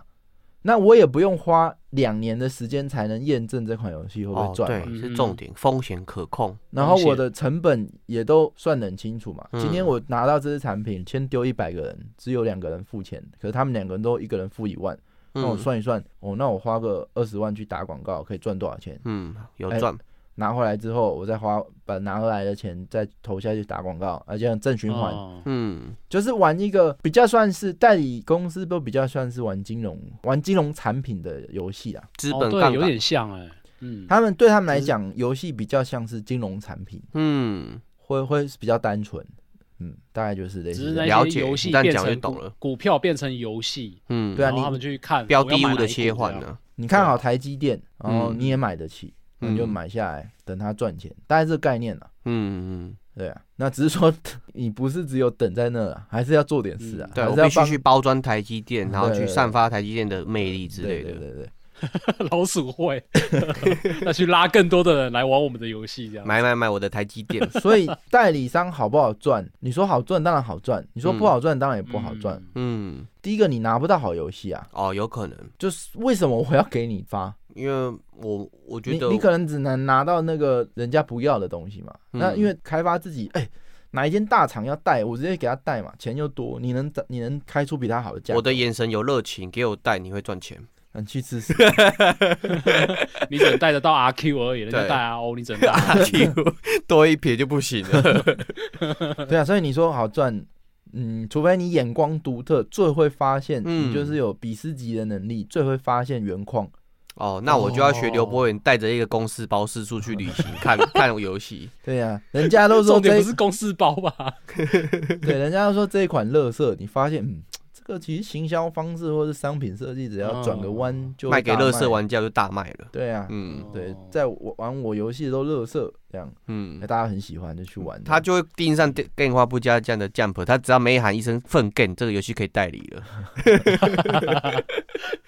Speaker 4: 那我也不用花两年的时间才能验证这款游戏会不
Speaker 5: 哦
Speaker 4: 会赚嘛、
Speaker 5: 对
Speaker 2: 嗯
Speaker 5: 是重点，风险可控。
Speaker 4: 然后
Speaker 2: 风
Speaker 4: 我
Speaker 2: 险
Speaker 4: 的成本也都算得很清楚嘛。
Speaker 5: 嗯
Speaker 4: 今天我拿到这支产品，先丢一百个人，只有两个人付钱，可是他们两个人都一个人付一万，那我
Speaker 5: 嗯
Speaker 4: 算一算，哦，那我花个二十万去打广告，可以赚多少钱？
Speaker 5: 嗯有
Speaker 4: 哎
Speaker 5: 赚，
Speaker 4: 拿回来之后，我再花把拿回来的钱再投下去打广告，而且正循环，
Speaker 2: 哦
Speaker 5: 嗯
Speaker 4: 就是玩一个比较算是代理公司都比较算是玩金融、玩金融产品的游戏啊。
Speaker 5: 资
Speaker 2: 哦
Speaker 5: 本
Speaker 2: 对，
Speaker 5: 杠
Speaker 2: 有
Speaker 5: 杆
Speaker 2: 点，像哎，嗯，
Speaker 4: 他们对他们来
Speaker 2: 就是
Speaker 4: 讲，游戏比较像是金融产品，
Speaker 5: 嗯
Speaker 4: 会会比较单纯。嗯，大概就是类
Speaker 2: 只
Speaker 4: 似
Speaker 2: 是
Speaker 4: 这样。
Speaker 5: 了
Speaker 2: 那些
Speaker 5: 解
Speaker 2: 游
Speaker 5: 你
Speaker 2: 戏
Speaker 5: 这样
Speaker 2: 变
Speaker 5: 讲就
Speaker 2: 成
Speaker 5: 懂
Speaker 2: 股
Speaker 5: 了
Speaker 2: 股票变成游戏，
Speaker 5: 嗯，
Speaker 4: 对啊
Speaker 2: 然后他们去看
Speaker 5: 标
Speaker 2: 我要
Speaker 5: 的
Speaker 2: 买
Speaker 5: 物
Speaker 2: 哪
Speaker 5: 的
Speaker 2: 一
Speaker 5: 切
Speaker 2: 股
Speaker 5: 换
Speaker 2: 这样，
Speaker 5: 呢？
Speaker 4: 你看好台积电，
Speaker 5: 嗯
Speaker 4: 然后你也买得起，那你就
Speaker 5: 嗯
Speaker 4: 买下来，等它赚钱，大概这个概念啊。
Speaker 5: 嗯嗯，
Speaker 4: 对啊，那只是说 你不是只有等在那啊，还是要做点事啊
Speaker 2: 嗯，
Speaker 5: 对
Speaker 4: 还
Speaker 5: 我
Speaker 4: 是要
Speaker 5: 必须
Speaker 4: 帮
Speaker 5: 去包装台积电，然后
Speaker 4: 对
Speaker 5: 去
Speaker 4: 对
Speaker 5: 散
Speaker 4: 对
Speaker 5: 发台积电的魅力之
Speaker 4: 对
Speaker 5: 类
Speaker 4: 对
Speaker 5: 的。
Speaker 4: 对对，
Speaker 2: 老鼠会，那去拉更多的人来玩我们的游戏，这样
Speaker 5: 买买买我的台积电，
Speaker 4: 所以代理商好不好赚？你说好赚当然好赚，你说不好赚当然也不好赚。
Speaker 2: 嗯
Speaker 5: 嗯，
Speaker 4: 第一个你拿不到好游戏啊，
Speaker 5: 哦，有可能，
Speaker 4: 就是为什么我要给你发？
Speaker 5: 因为我我 觉
Speaker 4: 你
Speaker 5: 得
Speaker 4: 你可能只能拿到那个人家不要的东西嘛。
Speaker 5: 嗯
Speaker 4: 那因为开发自己，哎、哪一间大厂要带，我直接给他带嘛，钱又多，你能你能开出比他好的价格，
Speaker 5: 我的眼神有热情，给我带你会赚钱。
Speaker 4: 嗯去吃屎。
Speaker 2: 你只能带得到 RQ 而已，人家
Speaker 5: 对
Speaker 2: 带 RO，你只 能带 RO。
Speaker 5: 啊多一撇就不行了。
Speaker 4: 对啊，所以你说好赚，嗯，除非你眼光独特，最会发现，
Speaker 5: 嗯
Speaker 4: 你就是有比斯级的能力，最会发现原矿。
Speaker 5: 哦，那我就要学刘博远，带着一个公司包四处去旅行， 看看游戏。
Speaker 4: 对呀、人家 都说
Speaker 2: 重点
Speaker 4: 这
Speaker 2: 不
Speaker 4: 一
Speaker 2: 是公事包吧？
Speaker 4: 对，人家都说这一款乐色，你发现，嗯，这个其实行销方式或是商品设计，只要转个弯就
Speaker 5: 哦卖给
Speaker 4: 大
Speaker 5: 乐色。玩家就大卖了。
Speaker 4: 对啊，
Speaker 5: 嗯
Speaker 4: 对
Speaker 2: 哦，
Speaker 4: 在我玩我游戏的都乐色这样，
Speaker 5: 嗯
Speaker 4: 那，大家很喜欢就去玩。
Speaker 5: 他就会盯上电电话不加这样的 jump，他只要没喊一声“粪 g 这个游戏可以代理了。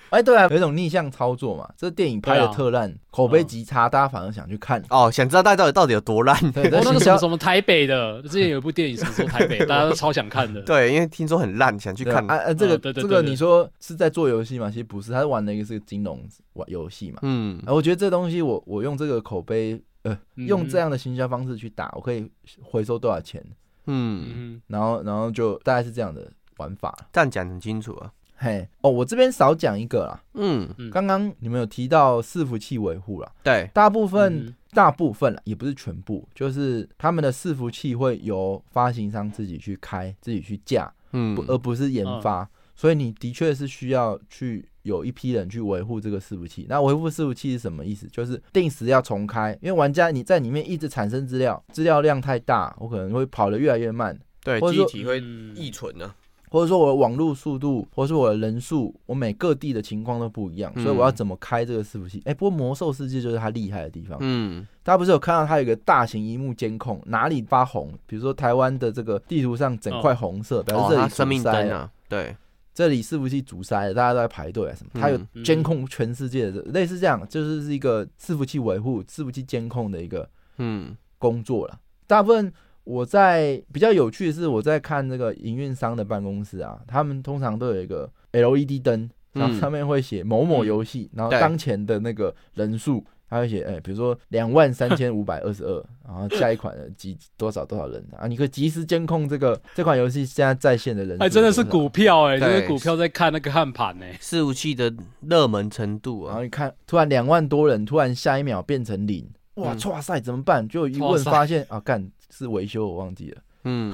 Speaker 4: 哎，对啊，有一种逆向操作嘛，这电影拍
Speaker 2: 对
Speaker 4: 的
Speaker 2: 啊
Speaker 4: 特烂，口
Speaker 5: 嗯
Speaker 4: 碑极差，大家反而想去 看。
Speaker 5: 哦，想知道大家到底到底有多烂？
Speaker 4: 对，
Speaker 2: 哦
Speaker 4: 在，
Speaker 2: 那
Speaker 4: 行
Speaker 2: 个什么
Speaker 4: 销
Speaker 2: 什么台北的，之前有一部电影什么时候台 北，大家都超想看的。
Speaker 5: 对，因为听说很烂，想去
Speaker 4: 对
Speaker 5: 看。
Speaker 4: 啊啊，这
Speaker 2: 啊
Speaker 4: 个
Speaker 2: 对对对
Speaker 4: 这个
Speaker 2: 对
Speaker 4: 你说是在做游戏吗？其实不是，他玩的一个是金融玩游戏嘛。
Speaker 5: 嗯
Speaker 4: 啊，我觉得这东西我我用这个口碑，呃，
Speaker 2: 嗯
Speaker 4: 用这样的行销方式去打，我可以回收多少钱？
Speaker 5: 嗯，
Speaker 2: 嗯
Speaker 4: 然后然后就大概是这样的玩法。
Speaker 5: 这样讲很清楚啊。
Speaker 4: 嘿，哦，我这边少讲一个啦。
Speaker 5: 嗯，
Speaker 2: 嗯
Speaker 4: 刚刚你们有提到伺服器维护啦，
Speaker 5: 对，
Speaker 4: 大部分、
Speaker 2: 嗯
Speaker 4: 大部分啦，也不是全部，就是他们的伺服器会由发行商自己去开、自己去架，
Speaker 5: 嗯
Speaker 4: 不而呃不是研发，所以你的确是需要去有一批人去维护这个伺服器。那维护伺服器是什么意思？就是定时要重开，因为玩家你在里面一直产生资料，资料量太大，我可能会跑得越来越慢，
Speaker 5: 对，
Speaker 4: 或者
Speaker 5: 机
Speaker 4: 说
Speaker 5: 体会
Speaker 2: 嗯
Speaker 5: 易存啊呢。
Speaker 4: 或者说我的网络速度，或者说我的人数，我每各地的情况都不一样，
Speaker 5: 嗯
Speaker 4: 所以我要怎么开这个伺服器？哎、不过魔兽世界就是它厉害的地方。
Speaker 5: 嗯
Speaker 4: 大家不是有看到它有一个大型荧幕监控，哪里发红？比如说台湾的这个地图上整块红色，表
Speaker 5: 哦，
Speaker 4: 示这
Speaker 5: 他
Speaker 4: 里
Speaker 5: 生命
Speaker 4: 阻塞
Speaker 5: 灯
Speaker 4: 了，
Speaker 5: 啊，对，
Speaker 4: 这里伺服器阻塞了，大家都在排队啊什么？
Speaker 5: 嗯
Speaker 4: 它有监控全世界的，类似这样，就是是一个伺服器维护、伺服器监控的一个
Speaker 5: 嗯
Speaker 4: 工作了。大部分我在比较有趣的是，我在看这个营运商的办公室啊，他们通常都有一个 LED 灯，然后
Speaker 5: 嗯
Speaker 4: 上面会写某某游戏，
Speaker 2: 嗯
Speaker 4: 然后
Speaker 5: 对
Speaker 4: 当前的那个人数，他会写，哎、比如说两万三千五百二十二，然后下一款的几多少多少人啊，你可以及时监控这个这款游戏现在在线的人数多少。
Speaker 2: 哎，真的是股票哎，
Speaker 5: 对
Speaker 2: 就是股票在看那个看盘哎。
Speaker 5: 伺服器的热门程度
Speaker 4: 然
Speaker 5: 啊
Speaker 4: 后，你看，突然两万多人，突然下一秒变成零，哇，
Speaker 5: 嗯
Speaker 4: 哇塞，怎么办？就一
Speaker 2: 哇
Speaker 4: 问
Speaker 2: 塞
Speaker 4: 发现啊，干是维修，我忘记了，
Speaker 5: 嗯，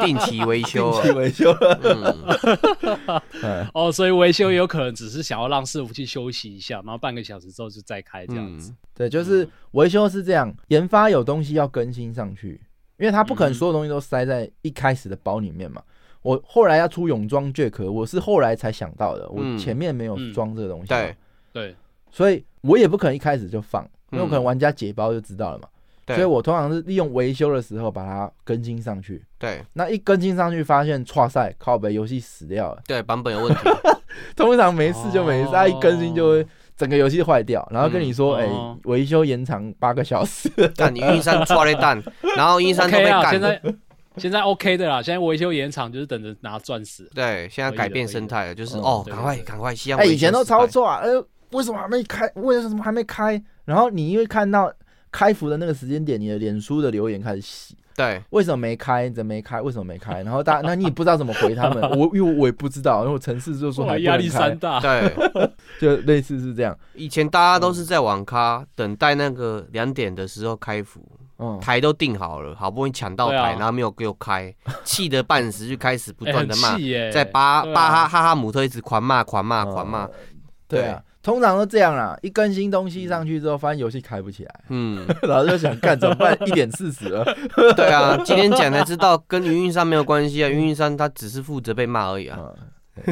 Speaker 5: 定期维修 啊
Speaker 4: 定期，维修了。
Speaker 5: 嗯，
Speaker 2: 啊
Speaker 4: 嗯
Speaker 2: 哦，所以维修也有可能只是想要让伺服器休息一下，然后半个小时之后就再开这样
Speaker 5: 嗯
Speaker 2: 子。
Speaker 4: 对，就是
Speaker 2: 嗯
Speaker 4: 维修是这样，研发有东西要更新上去，因为它不可能
Speaker 2: 嗯
Speaker 4: 所有东西都塞在一开始的包里面嘛。我后来要出泳装卷壳，我是后来才想到的，我
Speaker 5: 嗯
Speaker 4: 前面没有
Speaker 2: 嗯
Speaker 4: 装这个东西嘛，
Speaker 5: 对
Speaker 2: 对，
Speaker 4: 所以我也不可能一开始就放，因为我
Speaker 5: 嗯
Speaker 4: 可能玩家解包就知道了嘛。
Speaker 5: 对，
Speaker 4: 所以我通常是利用维修的时候把它更新上去。
Speaker 5: 对
Speaker 4: 那一更新上去，发现哇塞，靠北游戏死掉了。
Speaker 5: 对版本有问题，
Speaker 4: 通常没事就没事，
Speaker 2: 哦
Speaker 4: 它、一更新就会整个游戏坏掉，然后跟你说，
Speaker 2: 嗯
Speaker 4: 哎、
Speaker 2: 哦
Speaker 4: 维、修延长八个小时。
Speaker 5: 但你运营商抓了蛋，然后运营商都
Speaker 2: OK
Speaker 5: 被
Speaker 2: 啊，现
Speaker 5: 干。
Speaker 2: 在现在 OK 的啦，现在维修延长就是等着拿钻石。
Speaker 5: 对，现在
Speaker 2: 可以
Speaker 5: 改
Speaker 2: 的
Speaker 5: 变
Speaker 2: 可以
Speaker 5: 生
Speaker 2: 的
Speaker 5: 态了，就是
Speaker 4: 嗯
Speaker 5: 哦，
Speaker 2: 对
Speaker 5: 赶
Speaker 2: 对
Speaker 5: 快
Speaker 2: 对
Speaker 5: 赶快，希望
Speaker 4: 哎、
Speaker 5: 维
Speaker 4: 以前
Speaker 5: 修
Speaker 4: 都
Speaker 5: 时
Speaker 4: 超
Speaker 5: 代
Speaker 4: 错啊，呃，为什么还没开？为什么还没开？然后你因为看到开服的那个时间点，你的脸书的留言开始洗，
Speaker 5: 对，
Speaker 4: 为什么没开？怎么没开？为什么没开？然后大，那你也不知道怎么回他们，我因为我也不知道，因为我城 市就说还
Speaker 2: 哇，
Speaker 4: 不
Speaker 2: 压力
Speaker 4: 能开
Speaker 2: 山，大。
Speaker 5: 对，啊
Speaker 4: 就类似是这样，
Speaker 5: 以前大家都是在网咖等待那个两点的时候开服，
Speaker 4: 嗯，
Speaker 5: 台都订好了，好不容易抢到
Speaker 2: 哦对啊
Speaker 5: 台，然后没有给我开，气得半死，就开始不
Speaker 2: 哎
Speaker 5: 断
Speaker 2: 很
Speaker 5: 的骂，
Speaker 2: 气耶，
Speaker 5: 在巴
Speaker 2: 对啊
Speaker 5: 巴哈哈哈姆特一直狂骂狂骂狂骂
Speaker 4: 嗯，，对啊。通常都这样啦，一更新东西上去之后，发现游戏开不起来，
Speaker 5: 嗯，
Speaker 4: 然后就想干怎么办？一点四十了，
Speaker 5: 对啊，今天讲才知道跟云运商没有关系啊，云运商他只是负责被骂而已啊，
Speaker 4: 嗯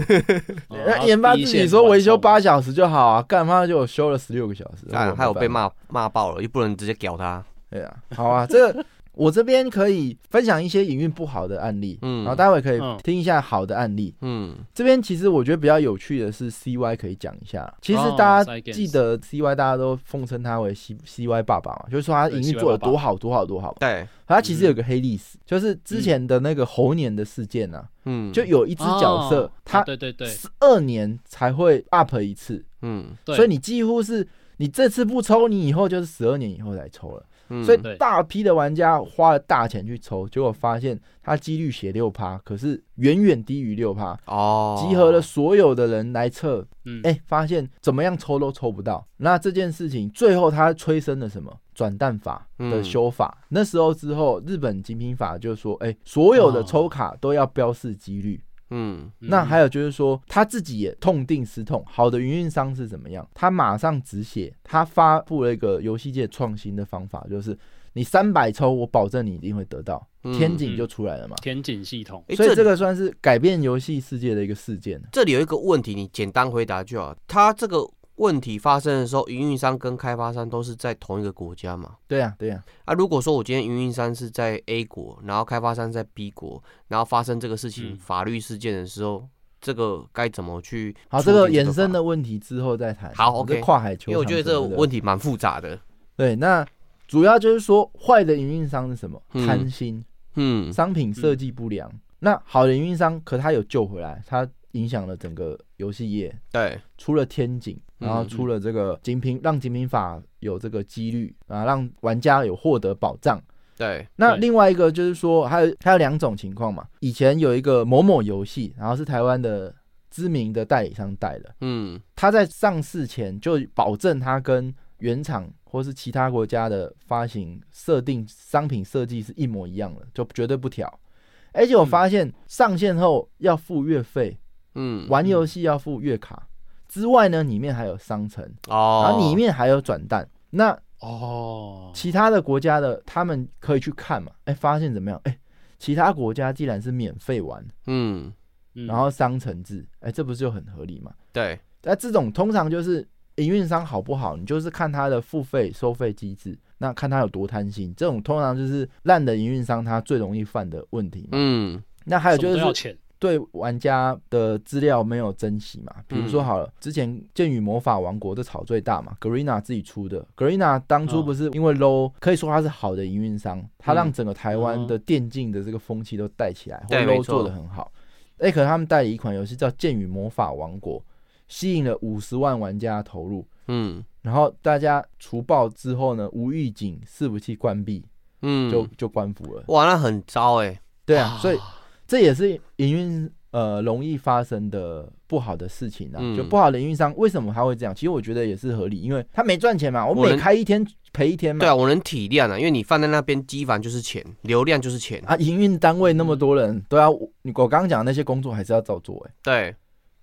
Speaker 2: 哦
Speaker 4: 那研发自己说维修八，小时就好啊，干嘛就修了十六个小时？
Speaker 5: 啊，
Speaker 4: 哦我
Speaker 5: 还有被
Speaker 4: 没办法
Speaker 5: 骂骂爆了，又不能直接屌他，
Speaker 4: 对啊，好啊，这个我这边可以分享一些营运不好的案例，
Speaker 5: 嗯
Speaker 4: 然后待会可以
Speaker 2: 嗯
Speaker 4: 听一下好的案例。
Speaker 5: 嗯
Speaker 4: 这边其实我觉得比较有趣的是 CY 可以讲一下。其实
Speaker 2: 哦
Speaker 4: 大家
Speaker 2: Side Games
Speaker 4: 记得 CY，大家都奉称他为 C CY 爸爸嘛，就是说他
Speaker 2: 对
Speaker 4: 营运
Speaker 2: CY
Speaker 4: 做的
Speaker 2: 爸爸嗯
Speaker 4: 多好多好多好。
Speaker 5: 对，
Speaker 4: 他其实有个黑历史，就是之前的那个猴年的事件啊，
Speaker 5: 嗯
Speaker 4: 就有一只角色
Speaker 2: 哦
Speaker 4: 他
Speaker 2: 啊对对对
Speaker 4: 十二年才会 up 一次，
Speaker 5: 嗯
Speaker 2: 对，
Speaker 4: 所以你几乎是你这次不抽，你以后就是十二年以后才抽了。
Speaker 5: 嗯，
Speaker 4: 所以
Speaker 2: 对
Speaker 4: 大批的玩家花了大钱去抽，结果发现它几率写六趴，可是远远低于六趴。
Speaker 5: 哦，
Speaker 4: 集合了所有的人来测，
Speaker 2: 嗯
Speaker 4: 哎、发现怎么样抽都抽不到。那这件事情最后他催生了什么？转蛋法
Speaker 2: 嗯
Speaker 4: 的修法。那时候之后，日本精品法就说，哎、所有的
Speaker 2: 哦
Speaker 4: 抽卡都要标示几率。
Speaker 5: 嗯
Speaker 4: 那还有就是说，他自己也痛定思痛。好的营运商是怎么样？他马上止血，他发布了一个游戏界创新的方法，就是你三百抽，我保证你一定会得到。
Speaker 5: 嗯
Speaker 4: 天井就出来了嘛。
Speaker 2: 天井系统，
Speaker 5: 诶
Speaker 4: 所以
Speaker 5: 这
Speaker 4: 这
Speaker 5: 个
Speaker 4: 个算是改变游戏世界的一个事件。
Speaker 5: 这里有一个问题，你简单回答就好。它这个问题发生的时候，营运商跟开发商都是在同一个国家嘛？
Speaker 4: 对呀、对呀、
Speaker 5: 啊，如果说我今天营运商是在 A 国，然后开发商在 B 国，然后发生这个事情、
Speaker 2: 嗯
Speaker 5: 法律事件的时候，这个该怎么去？
Speaker 4: 好，这个衍生的，问题之后再谈。
Speaker 5: 好
Speaker 4: 我们
Speaker 5: OK
Speaker 4: 这跨海球，
Speaker 5: 因为我觉得这个问
Speaker 4: 题
Speaker 5: 题蛮复杂的。
Speaker 4: 对，那主要就是说坏的营运商是什么？
Speaker 5: 嗯
Speaker 4: 贪心，
Speaker 5: 嗯
Speaker 4: 商品设计不良。那好的营运商，可他有救回来，他影响了整个游戏业，
Speaker 5: 对，
Speaker 4: 出了天井，
Speaker 5: 嗯
Speaker 4: 然后出了这个精品，让精品法有这个几率啊，让玩家有获得保障。
Speaker 5: 对，
Speaker 4: 那
Speaker 2: 对
Speaker 4: 另外一个就是说，还有还有两种情况嘛。以前有一个某某游戏，然后是台湾的知名的代理商带的，
Speaker 5: 嗯
Speaker 4: 他在上市前就保证他跟原厂或是其他国家的发行设定商品设计是一模一样的，就绝对不调。而且我发现上线后要付月费，
Speaker 5: 嗯，
Speaker 4: 玩游戏要付月卡之外呢，里面还有商城，
Speaker 5: 哦，
Speaker 4: 然后里面还有转蛋。那
Speaker 2: 哦，
Speaker 4: 其他的国家的他们可以去看嘛？哎，发现怎么样？哎，其他国家既然是免费玩，
Speaker 5: 嗯
Speaker 2: 嗯
Speaker 4: 然后商城制，哎，这不是就很合理嘛？
Speaker 5: 对，
Speaker 4: 那这种通常就是营运商好不好，你就是看他的付费收费机制，那看他有多贪心。这种通常就是烂的营运商他最容易犯的问题嘛。
Speaker 5: 嗯
Speaker 4: 那还有就
Speaker 2: 什么都要
Speaker 4: 是
Speaker 2: 钱，
Speaker 4: 对玩家的资料没有珍惜嘛，比如说
Speaker 5: 嗯
Speaker 4: 好了，之前《剑与魔法王国》的炒最大嘛，Garena 自己出的，Garena 当初
Speaker 2: 嗯
Speaker 4: 不是因为 low，可以说它是好的营运商，它让
Speaker 5: 哦嗯
Speaker 4: 整个台湾的电竞的这个风气都带起来，或
Speaker 5: 对
Speaker 4: low
Speaker 5: 没错
Speaker 4: 做的很好。哎，可是他们代理一款游戏叫《剑与魔法王国》，吸引了五十万玩家投入，
Speaker 5: 嗯
Speaker 4: 然后大家除暴之后呢，无预警伺服器关闭，
Speaker 5: 嗯，
Speaker 4: 就就关服了。
Speaker 5: 哇，那很糟哎、
Speaker 4: 对啊，所以这也是营运呃容易发生的不好的事情啊。
Speaker 5: 嗯
Speaker 4: 就不好的营运商为什么他会这样？其实我觉得也是合理，因为他没赚钱嘛，我
Speaker 5: 我
Speaker 4: 每
Speaker 5: 能
Speaker 4: 开一天赔一天嘛。
Speaker 5: 对啊，我能体谅啊，因为你放在那边，机房就是钱，流量就是钱。
Speaker 4: 啊，营运单位那么多
Speaker 5: 嗯
Speaker 4: 人，对啊，我你我刚刚讲的那些工作还是要照做哎、
Speaker 5: 对，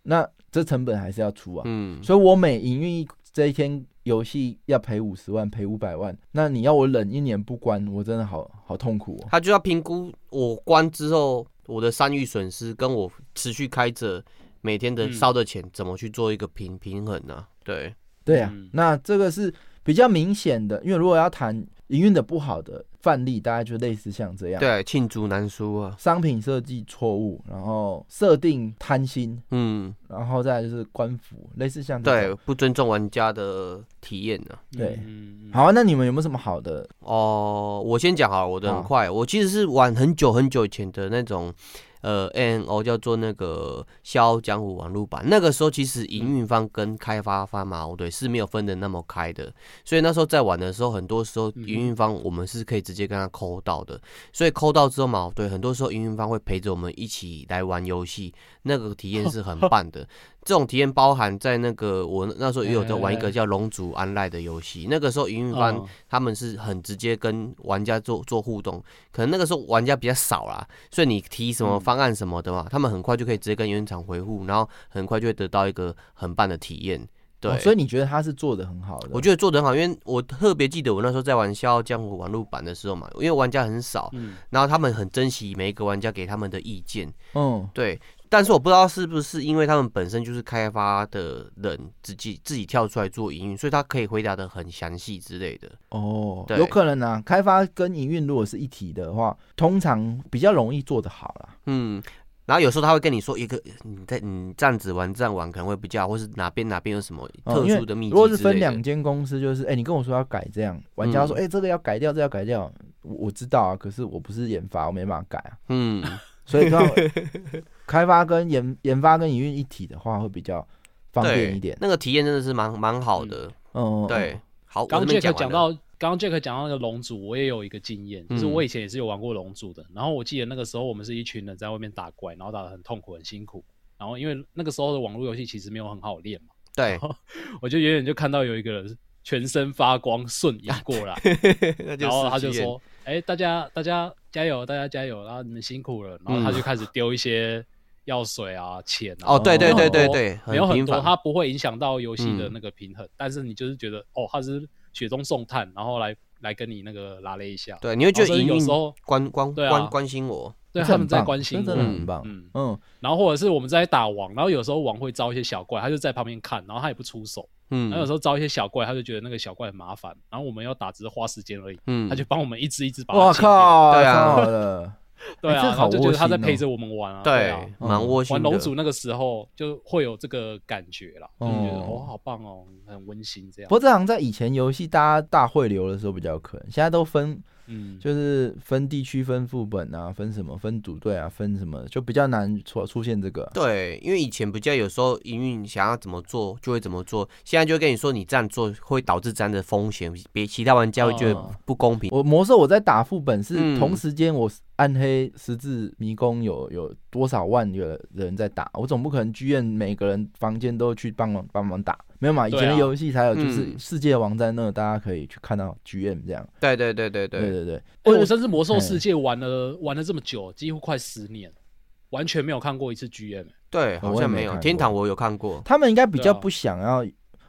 Speaker 4: 那这成本还是要出啊。
Speaker 5: 嗯，
Speaker 4: 所以我每营运一这一天游戏要赔五十万，赔五百万，那你要我忍一年不关，我真的好好痛苦哦。
Speaker 5: 他就要评估我关之后我的商誉损失，跟我持续开着每天的
Speaker 2: 嗯
Speaker 5: 烧的钱怎么去做一个平平衡呢、对，
Speaker 4: 对啊，
Speaker 2: 嗯
Speaker 4: 那这个是比较明显的，因为如果要谈营运的不好的范例，大概就类似像这样。
Speaker 5: 对，罄竹难书啊。
Speaker 4: 商品设计错误，然后设定贪心，
Speaker 5: 嗯，
Speaker 4: 然后再来就是官服，类似像这
Speaker 5: 对
Speaker 4: 种，
Speaker 5: 不尊重玩家的体验啊呢、
Speaker 4: 对
Speaker 2: 嗯，嗯嗯
Speaker 4: 好、啊，那你们有没有什么好的？
Speaker 5: 哦，我先讲好了，我的
Speaker 4: 好
Speaker 5: 很快，我其实是玩很久很久以前的那种，呃，N O 叫做那个《笑傲江湖》网络版。那个时候其实营运方跟开发方嘛，哦对，是没有分的那么开的，所以那时候在玩的时候，很多时候
Speaker 2: 嗯哼
Speaker 5: 营运方我们是可以直接跟他抠到的，所以抠到之后嘛，哦对，很多时候营运方会陪着我们一起来玩游戏，那个体验是很棒的。这种体验包含在那个我那时候也有在玩一个叫《龙族安赖》的游戏，那个时候营运方
Speaker 2: 嗯
Speaker 5: 他们是很直接跟玩家做做互动，可能那个时候玩家比较少啦，所以你提什么方案什么的嘛，他们很快就可以直接跟原厂回复，然后很快就会得到一个很棒的体验。对，
Speaker 4: 哦所以你觉得他是做的很好的？
Speaker 5: 我觉得做得很好，因为我特别记得我那时候在玩《笑傲江湖》网络版的时候嘛，因为玩家很少，
Speaker 2: 嗯
Speaker 5: 然后他们很珍惜每一个玩家给他们的意见，
Speaker 4: 嗯，
Speaker 5: 对。但是我不知道是不是因为他们本身就是开发的人自己自己跳出来做营运，所以他可以回答的很详细之类的。
Speaker 4: 哦，
Speaker 5: 对
Speaker 4: 有可能啊。开发跟营运如果是一体的话，通常比较容易做得好啦。
Speaker 5: 嗯，然后有时候他会跟你说一个，你在你这样子玩这样玩可能会比较好，或是哪边哪边有什么
Speaker 4: 嗯
Speaker 5: 特
Speaker 4: 因为
Speaker 5: 殊的秘籍之类的。
Speaker 4: 如果是分两间公司，就是哎、你跟我说要改这样，玩家说
Speaker 5: 嗯
Speaker 4: 哎、这个要改掉，这个要改掉，我我知道啊，可是我不是研发，我没办法改啊。
Speaker 5: 嗯，
Speaker 4: 所以刚好 开发跟研研发跟营运一体的话，会比较方便
Speaker 5: 对
Speaker 4: 一点。
Speaker 5: 那个体验真的是蛮蛮好的。
Speaker 4: 嗯，
Speaker 5: 对，好，我
Speaker 2: 刚
Speaker 5: 这
Speaker 2: 刚
Speaker 5: 边
Speaker 2: Jack 讲
Speaker 5: 讲完了嗯
Speaker 2: 到，刚刚 Jack 讲到那个龙族，我也有一个经验，就是我以前也是有玩过龙族的。然后我记得那个时候我们是一群人在外面打怪，然后打得很痛苦、很辛苦。然后因为那个时候的网络游戏其实没有很好练嘛，
Speaker 5: 对，
Speaker 2: 哦我就远远就看到有一个人全身发光瞬移过来，
Speaker 5: 那
Speaker 2: 然后他
Speaker 5: 实
Speaker 2: 就
Speaker 5: 际
Speaker 2: 说：“哎、大家大家加油，大家加油，然后你们辛苦了。”然后他就开始丢一些药水啊、钱啊。
Speaker 5: 哦，对对对对
Speaker 2: 没有很多
Speaker 5: 对，
Speaker 2: 没有很
Speaker 5: 频
Speaker 2: 多，
Speaker 5: 繁
Speaker 2: 它不会影响到游戏的那个平衡，但是你就是觉得哦，它是雪中送炭，然后来来跟你那个拉了一下。
Speaker 5: 对，你会觉
Speaker 2: 然后
Speaker 5: 得
Speaker 2: 甚至哦
Speaker 5: 营
Speaker 2: 有
Speaker 5: 运
Speaker 2: 时候
Speaker 5: 关关
Speaker 2: 对啊
Speaker 5: 关关心我，
Speaker 2: 对，
Speaker 4: 这
Speaker 2: 他
Speaker 4: 很
Speaker 2: 们在
Speaker 4: 棒
Speaker 2: 关
Speaker 4: 这
Speaker 2: 心
Speaker 4: 真
Speaker 2: 我
Speaker 4: 的
Speaker 5: 嗯
Speaker 4: 很棒。
Speaker 2: 嗯
Speaker 4: 嗯，
Speaker 2: 然后或者是我们在打王，然后有时候王会招一些小怪，他就在旁边看，然后他也不出手。
Speaker 5: 嗯
Speaker 2: 然后有时候招一些小怪，他就觉得那个小怪很麻烦，然后我们要打只是花时间而已，
Speaker 5: 嗯，
Speaker 2: 他就帮我们一只一只把它
Speaker 4: 我
Speaker 2: 清掉。
Speaker 4: 靠，
Speaker 5: 对啊
Speaker 4: 超好的。
Speaker 2: 对
Speaker 4: 哎
Speaker 2: 啊，
Speaker 4: 这
Speaker 2: 然
Speaker 4: 好
Speaker 2: 后就觉
Speaker 4: 窝
Speaker 2: 得他在
Speaker 4: 心哦
Speaker 2: 陪着我们玩啊。对啊
Speaker 5: 对，蛮
Speaker 4: 嗯
Speaker 5: 窝心
Speaker 2: 玩
Speaker 5: 的。
Speaker 2: 龙族那个时候就会有这个感觉啦，就觉得
Speaker 4: 哦
Speaker 2: 哦好棒哦，很温馨这样
Speaker 4: 不。过这好像在以前游戏大家大汇流的时候比较有可能，现在都分
Speaker 2: 嗯，
Speaker 4: 就是分地区、分副本啊、分什么、分组队啊、分什么，就比较难出出现这个。
Speaker 5: 对，因为以前比较有时候营运想要怎么做就会怎么做，现在就会跟你说你这样做会导致这样的风险，别其他玩家会觉得
Speaker 4: 哦
Speaker 5: 不公平。
Speaker 4: 我魔兽我在打副本是
Speaker 5: 嗯
Speaker 4: 同时间，我暗黑十字迷宫有有多少万个人在打，我总不可能剧院每个人房间都去帮忙帮忙打，没有嘛？以
Speaker 2: 对啊
Speaker 4: 前的游戏才有，就是
Speaker 5: 嗯
Speaker 4: 世界王在那，大家可以去看到 GM 这样。
Speaker 5: 对对对对
Speaker 4: 对
Speaker 5: 对，
Speaker 4: 对对，
Speaker 2: 哎我
Speaker 4: 我
Speaker 2: 甚至魔兽世界玩了玩了这么久，几乎快十年，完全没有看过一次 GM 欸。
Speaker 5: 对，好
Speaker 4: 我也
Speaker 5: 像
Speaker 4: 没
Speaker 5: 没有
Speaker 4: 看
Speaker 5: 天
Speaker 4: 过
Speaker 5: 堂我有看过，
Speaker 4: 他们应该比较
Speaker 2: 对啊
Speaker 4: 不想要，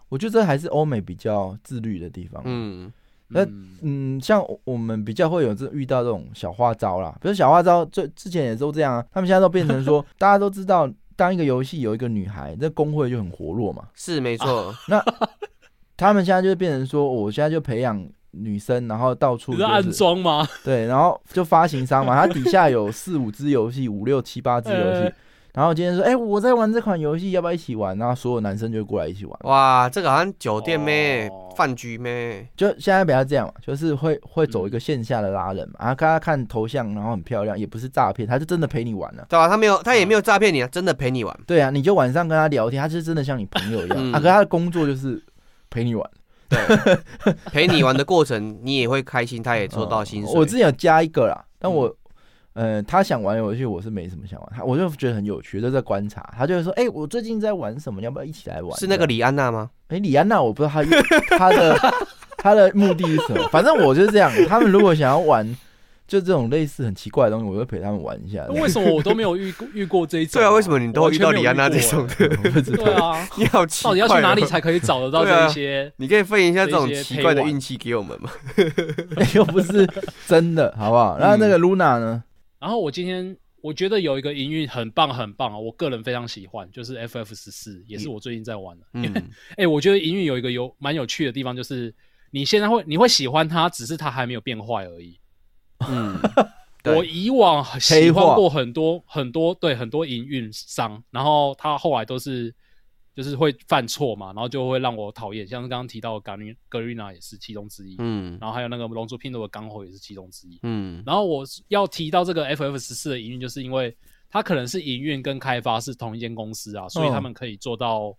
Speaker 4: 我觉得这还是欧美比较自律的地方。
Speaker 5: 嗯，
Speaker 4: 那
Speaker 2: 嗯
Speaker 4: 嗯，像我我们比较会有这遇到这种小花招啦，比如小花招，最之前也都这样啊，他们现在都变成说，大家都知道，当一个游戏有一个女孩，那工会就很活络嘛，
Speaker 5: 是没错，
Speaker 4: 他们现在就变成说，我现在就培养女生，然后到处
Speaker 2: 你
Speaker 4: 就
Speaker 2: 在
Speaker 4: 是
Speaker 2: 暗装 吗？
Speaker 4: 对，然后就发行商嘛，它底下有四五支游戏，五六七八支游戏
Speaker 2: 呃，
Speaker 4: 然后今天说，哎、我在玩这款游戏，要不要一起玩？然后所有男生就过来一起玩。
Speaker 5: 哇，这个好像酒店妹
Speaker 2: 哦、
Speaker 5: 饭局妹，
Speaker 4: 就现在比较这样嘛，就是会会走一
Speaker 5: 嗯
Speaker 4: 个线下的拉人嘛，啊，大家看头像，然后很漂亮，也不是诈骗，他就真的陪你玩了、
Speaker 5: 对吧？啊他没有，他也没有诈骗你，啊，真的陪你玩。
Speaker 4: 对啊，你就晚上跟他聊天，他就是真的像你朋友一样、
Speaker 5: 嗯
Speaker 4: 啊。可他的工作就是陪你玩，
Speaker 5: 对，陪你玩的过程，你也会开心，他也做到
Speaker 4: 嗯
Speaker 5: 薪
Speaker 2: 哦
Speaker 5: 水。嗯
Speaker 4: 我之前有加一个啦，但我、呃，他想玩游戏，我是没什么想玩，他我就觉得很有趣，就在观察。他就会说，哎、我最近在玩什么，要不要一起来玩？
Speaker 5: 是那个
Speaker 4: 这样
Speaker 5: 李安娜吗？
Speaker 4: 哎、李安娜，我不知道 他他的他的目的是什么，反正我就是这样。他们如果想要玩。就这种类似很奇怪的东西，我会陪他们玩 一下。这样
Speaker 2: 为什么我都没有遇过遇 过这一种啊？
Speaker 5: 对啊，为什么你都
Speaker 2: 我
Speaker 5: 会遇到
Speaker 2: 完全
Speaker 5: 李安娜
Speaker 2: 没
Speaker 5: 这
Speaker 2: 有遇过欸？
Speaker 5: 种的？
Speaker 4: 我不知道
Speaker 2: 对。啊，
Speaker 5: 你好奇怪、
Speaker 2: 到
Speaker 5: 哦，
Speaker 2: 底要去哪里才可以找得到
Speaker 5: 对啊
Speaker 2: 这一些？
Speaker 5: 你可以分一下这种
Speaker 2: 这些
Speaker 5: 奇怪的
Speaker 2: 陪玩
Speaker 5: 运气给我们吗？
Speaker 4: 又不是真的，好不好？那那个 Luna 呢？
Speaker 2: 然后我今天我觉得有一个营运很棒很棒啊，我个人非常喜欢，就是 FF 十四，也是我最近在玩的。因为
Speaker 5: 嗯，
Speaker 2: 哎、我觉得营运有一个有蛮有趣的地方，就是你现在会你会喜欢它，只是它还没有变坏而已。
Speaker 5: 嗯，
Speaker 2: 我
Speaker 5: 对，
Speaker 2: 以往喜
Speaker 4: 黑化
Speaker 2: 欢过很多很多对很多营运商，然后他后来都是就是会犯错嘛，然后就会让我讨厌，像是刚刚提到的 Garina Garina 也是其中之一，
Speaker 5: 嗯
Speaker 2: 然后还有那个龙珠拼图的钢火也是其中之一。
Speaker 5: 嗯，
Speaker 2: 然后我要提到这个 FF 十四的营运，就是因为它可能是营运跟开发是同一间公司
Speaker 5: 嗯
Speaker 2: 啊，所以他们可以做到、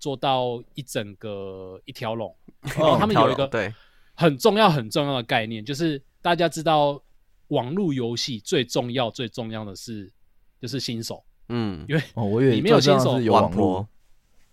Speaker 2: 做到一整个一条
Speaker 5: 哦
Speaker 2: 龙。然后他们有一
Speaker 5: 跳楼
Speaker 2: 个
Speaker 5: 对，
Speaker 2: 很重要很重要的概念，就是大家知道网络游戏最重要最重要的是就是新手，
Speaker 5: 嗯，
Speaker 2: 因为
Speaker 4: 哦，我以为
Speaker 2: 你没有
Speaker 4: 最重
Speaker 2: 新手
Speaker 4: 要的是有
Speaker 5: 网
Speaker 4: 网络
Speaker 5: 婆，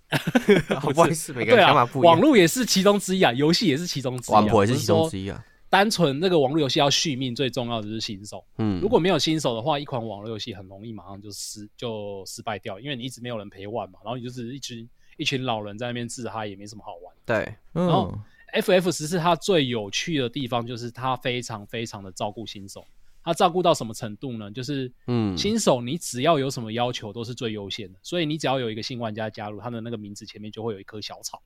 Speaker 5: 好不好意思，每个
Speaker 2: 对
Speaker 5: 人
Speaker 2: 啊
Speaker 5: 想法，不一
Speaker 2: 网
Speaker 5: 样，
Speaker 2: 络也是其中之一啊，游戏也是其中之一、啊，
Speaker 5: 网婆也是其中之
Speaker 2: 一。
Speaker 5: 一啊。
Speaker 2: 单纯那个网络游戏要续命，最重要的就是新手。
Speaker 5: 嗯，
Speaker 2: 如果没有新手的话，一款网络游戏很容易马上就失就失败掉，因为你一直没有人陪玩嘛，然后你就是一群一群老人在那边自嗨，也没什么好玩。
Speaker 5: 对，
Speaker 4: 嗯
Speaker 2: 后，F F 十四它最有趣的地方就是它非常非常的照顾新手，他照顾到什么程度呢？就是
Speaker 5: 嗯
Speaker 2: 新手你只要有什么要求都是最优先的，所以你只要有一个新玩家加入，他的那个名字前面就会有一棵小草，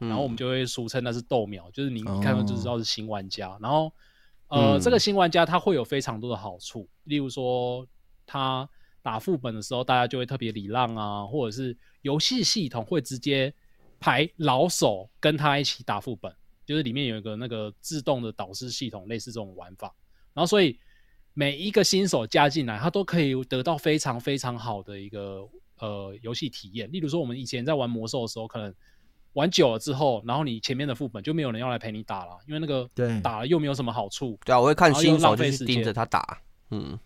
Speaker 5: 嗯
Speaker 2: 然后我们就会俗称那是豆苗，就是你一看就知道是新玩家。然后，呃，
Speaker 5: 嗯
Speaker 2: 这个新玩家他会有非常多的好处，例如说他打副本的时候，大家就会特别礼让啊，或者是游戏系统会直接排老手跟他一起打副本，就是里面有一个那个自动的导师系统，类似这种玩法。然后，所以每一个新手加进来，他都可以得到非常非常好的一个呃游戏体验。例如说，我们以前在玩魔兽的时候，可能玩久了之后，然后你前面的副本就没有人要来陪你打了，因为那个
Speaker 4: 对
Speaker 2: 打了又没有什么好处。
Speaker 5: 对啊，我会看
Speaker 2: 然后又
Speaker 5: 新手
Speaker 2: 浪
Speaker 5: 就
Speaker 2: 费
Speaker 5: 是
Speaker 2: 时
Speaker 5: 盯
Speaker 2: 间
Speaker 5: 着他打，嗯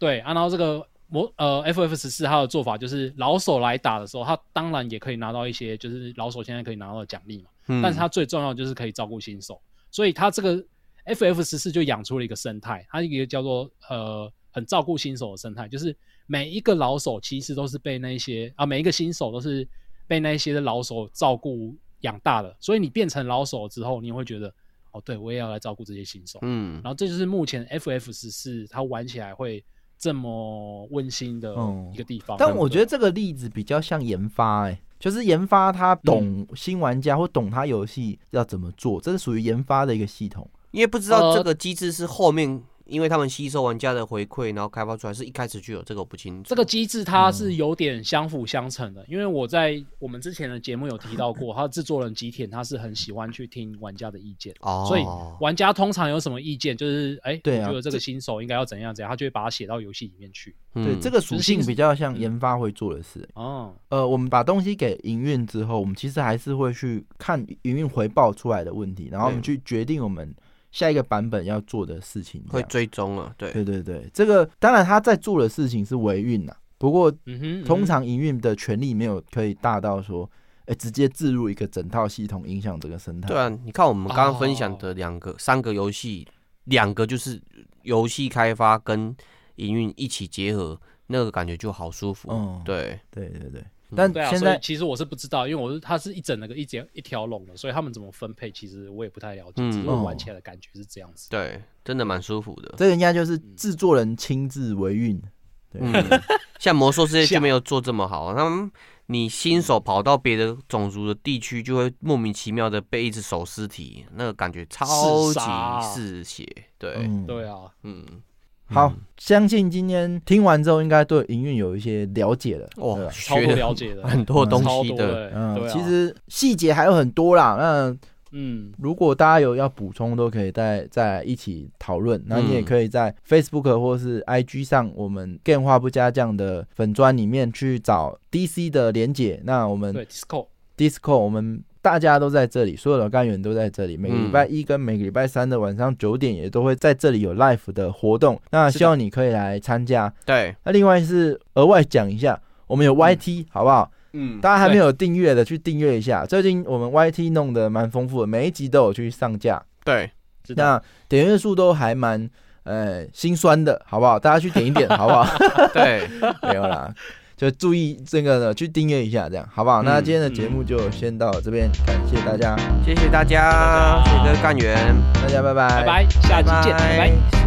Speaker 2: 对啊，然后这个魔呃 FF 十四它的做法就是老手来打的时候，他当然也可以拿到一些就是老手现在可以拿到的奖励嘛，
Speaker 5: 嗯，
Speaker 2: 但是他最重要的就是可以照顾新手，所以他这个 FF 十四就养出了一个生态，它一个叫做呃很照顾新手的生态，就是每一个老手其实都是被那些啊每一个新手都是被那些的老手照顾养大的，所以你变成老手之后，你会觉得哦，对我也要来照顾这些新手，
Speaker 5: 嗯
Speaker 2: 然后这就是目前 FF 十四它玩起来会这么温馨的
Speaker 4: 嗯
Speaker 2: 一个地方。
Speaker 4: 但我觉得这个例子比较像研发、哎，就是研发他懂新玩家或懂他游戏要怎么做，这是属于研发的一个系统。
Speaker 5: 因为不知道
Speaker 2: 呃
Speaker 5: 这个机制是后面，因为他们吸收玩家的回馈，然后开发出来，是一开始就有这个我不清楚。
Speaker 2: 这个机制它
Speaker 4: 嗯
Speaker 2: 是有点相辅相成的，因为我在我们之前的节目有提到 过，它的制作人吉田他是很喜欢去听玩家的意见，
Speaker 5: 哦，
Speaker 2: 所以玩家通常有什么意见，就是哎，
Speaker 4: 对
Speaker 2: 我
Speaker 4: 啊
Speaker 2: 觉得这
Speaker 4: 这
Speaker 2: 个新手应该要怎样怎样，他就会把它写到游戏里面去。
Speaker 4: 对，
Speaker 5: 嗯
Speaker 4: 这个属性比较像研发会做的事、
Speaker 2: 哦，
Speaker 4: 呃，我们把东西给营运之后，我们其实还是会去看营运回报出来的问题，然后我们
Speaker 5: 对
Speaker 4: 去决定我们下一个版本要做的事情。
Speaker 5: 会
Speaker 4: 这样
Speaker 5: 追踪了，对，
Speaker 4: 对对对，这个当然他在做的事情是维运呐，不过
Speaker 2: 嗯哼，嗯哼
Speaker 4: 通常营运的权利没有可以大到说，哎、直接置入一个整套系统影响整个生态。
Speaker 5: 对啊，你看我们刚刚分享
Speaker 2: 哦
Speaker 5: 的两个、三个游戏，两个就是游戏开发跟营运一起结合，那个感觉就好舒服。
Speaker 4: 嗯
Speaker 5: 对，
Speaker 4: 对对对，
Speaker 5: 嗯
Speaker 4: 但
Speaker 2: 对啊，
Speaker 4: 现
Speaker 2: 所以
Speaker 4: 在
Speaker 2: 其实我是不知道，因为我是它是一整那个一节一条龙的，所以他们怎么分配，其实我也不太了解，
Speaker 5: 嗯
Speaker 2: 只是
Speaker 4: 哦
Speaker 2: 我玩起来的感觉是这样子。
Speaker 5: 对，真的蛮舒服的。
Speaker 4: 这个应该就是制作人亲自维运。对，
Speaker 5: 嗯
Speaker 4: 对
Speaker 5: 像魔兽世界就
Speaker 2: 像
Speaker 5: 没有做这么好，他们你新手跑到别的种族的地区，就会莫名其妙的被一直手尸体，那个感觉超
Speaker 2: 刺杀啊
Speaker 5: 级嗜血。对，
Speaker 4: 嗯
Speaker 2: 对啊，
Speaker 5: 嗯，
Speaker 4: 好，相信今天听完之后，应该对营运有一些了解了。对啊
Speaker 5: 哇，
Speaker 4: 吧
Speaker 2: 超
Speaker 5: 学
Speaker 2: 多
Speaker 5: 了
Speaker 2: 了 解的，
Speaker 5: 很多东
Speaker 2: 超
Speaker 5: 西
Speaker 2: 多
Speaker 5: 的，
Speaker 2: 的，
Speaker 4: 嗯，
Speaker 2: 对啊，
Speaker 4: 其实细节还有很多啦。那
Speaker 2: 嗯，
Speaker 4: 如果大家有要补充，都可以再再一起讨论。那
Speaker 2: 嗯
Speaker 4: 你也可以在 Facebook 或是 IG 上，我们电话不加酱的粉砖里面去找 DC 的连结。那我们
Speaker 2: 对，Disco，
Speaker 4: Disco，我们大家都在这里，所有的干员都在这里。每个礼拜
Speaker 2: 嗯
Speaker 4: 一跟每个礼拜三的晚上九点也都会在这里有 live 的活动。那希望你可以来参加。
Speaker 5: 对，
Speaker 4: 那另外是额外讲一下，我们有 YT，、好不好？
Speaker 2: 嗯
Speaker 4: 大家还没有订阅的去订阅一下。最近我们 YT 弄得蛮丰富的，每一集都有去上架。
Speaker 5: 对，
Speaker 2: 知道，
Speaker 4: 那点阅数都还蛮呃心酸的，好不好？大家去点一点，好不好？
Speaker 5: 对，
Speaker 4: 没有啦，就注意这个呢，去订阅一下，这样好不好？那
Speaker 5: 嗯
Speaker 4: 今天的节目就先到这边，感谢大家，
Speaker 5: 谢谢大家，谢谢各位干员，
Speaker 4: 大家拜
Speaker 2: 拜
Speaker 4: 拜，
Speaker 2: 拜，下期见，拜拜。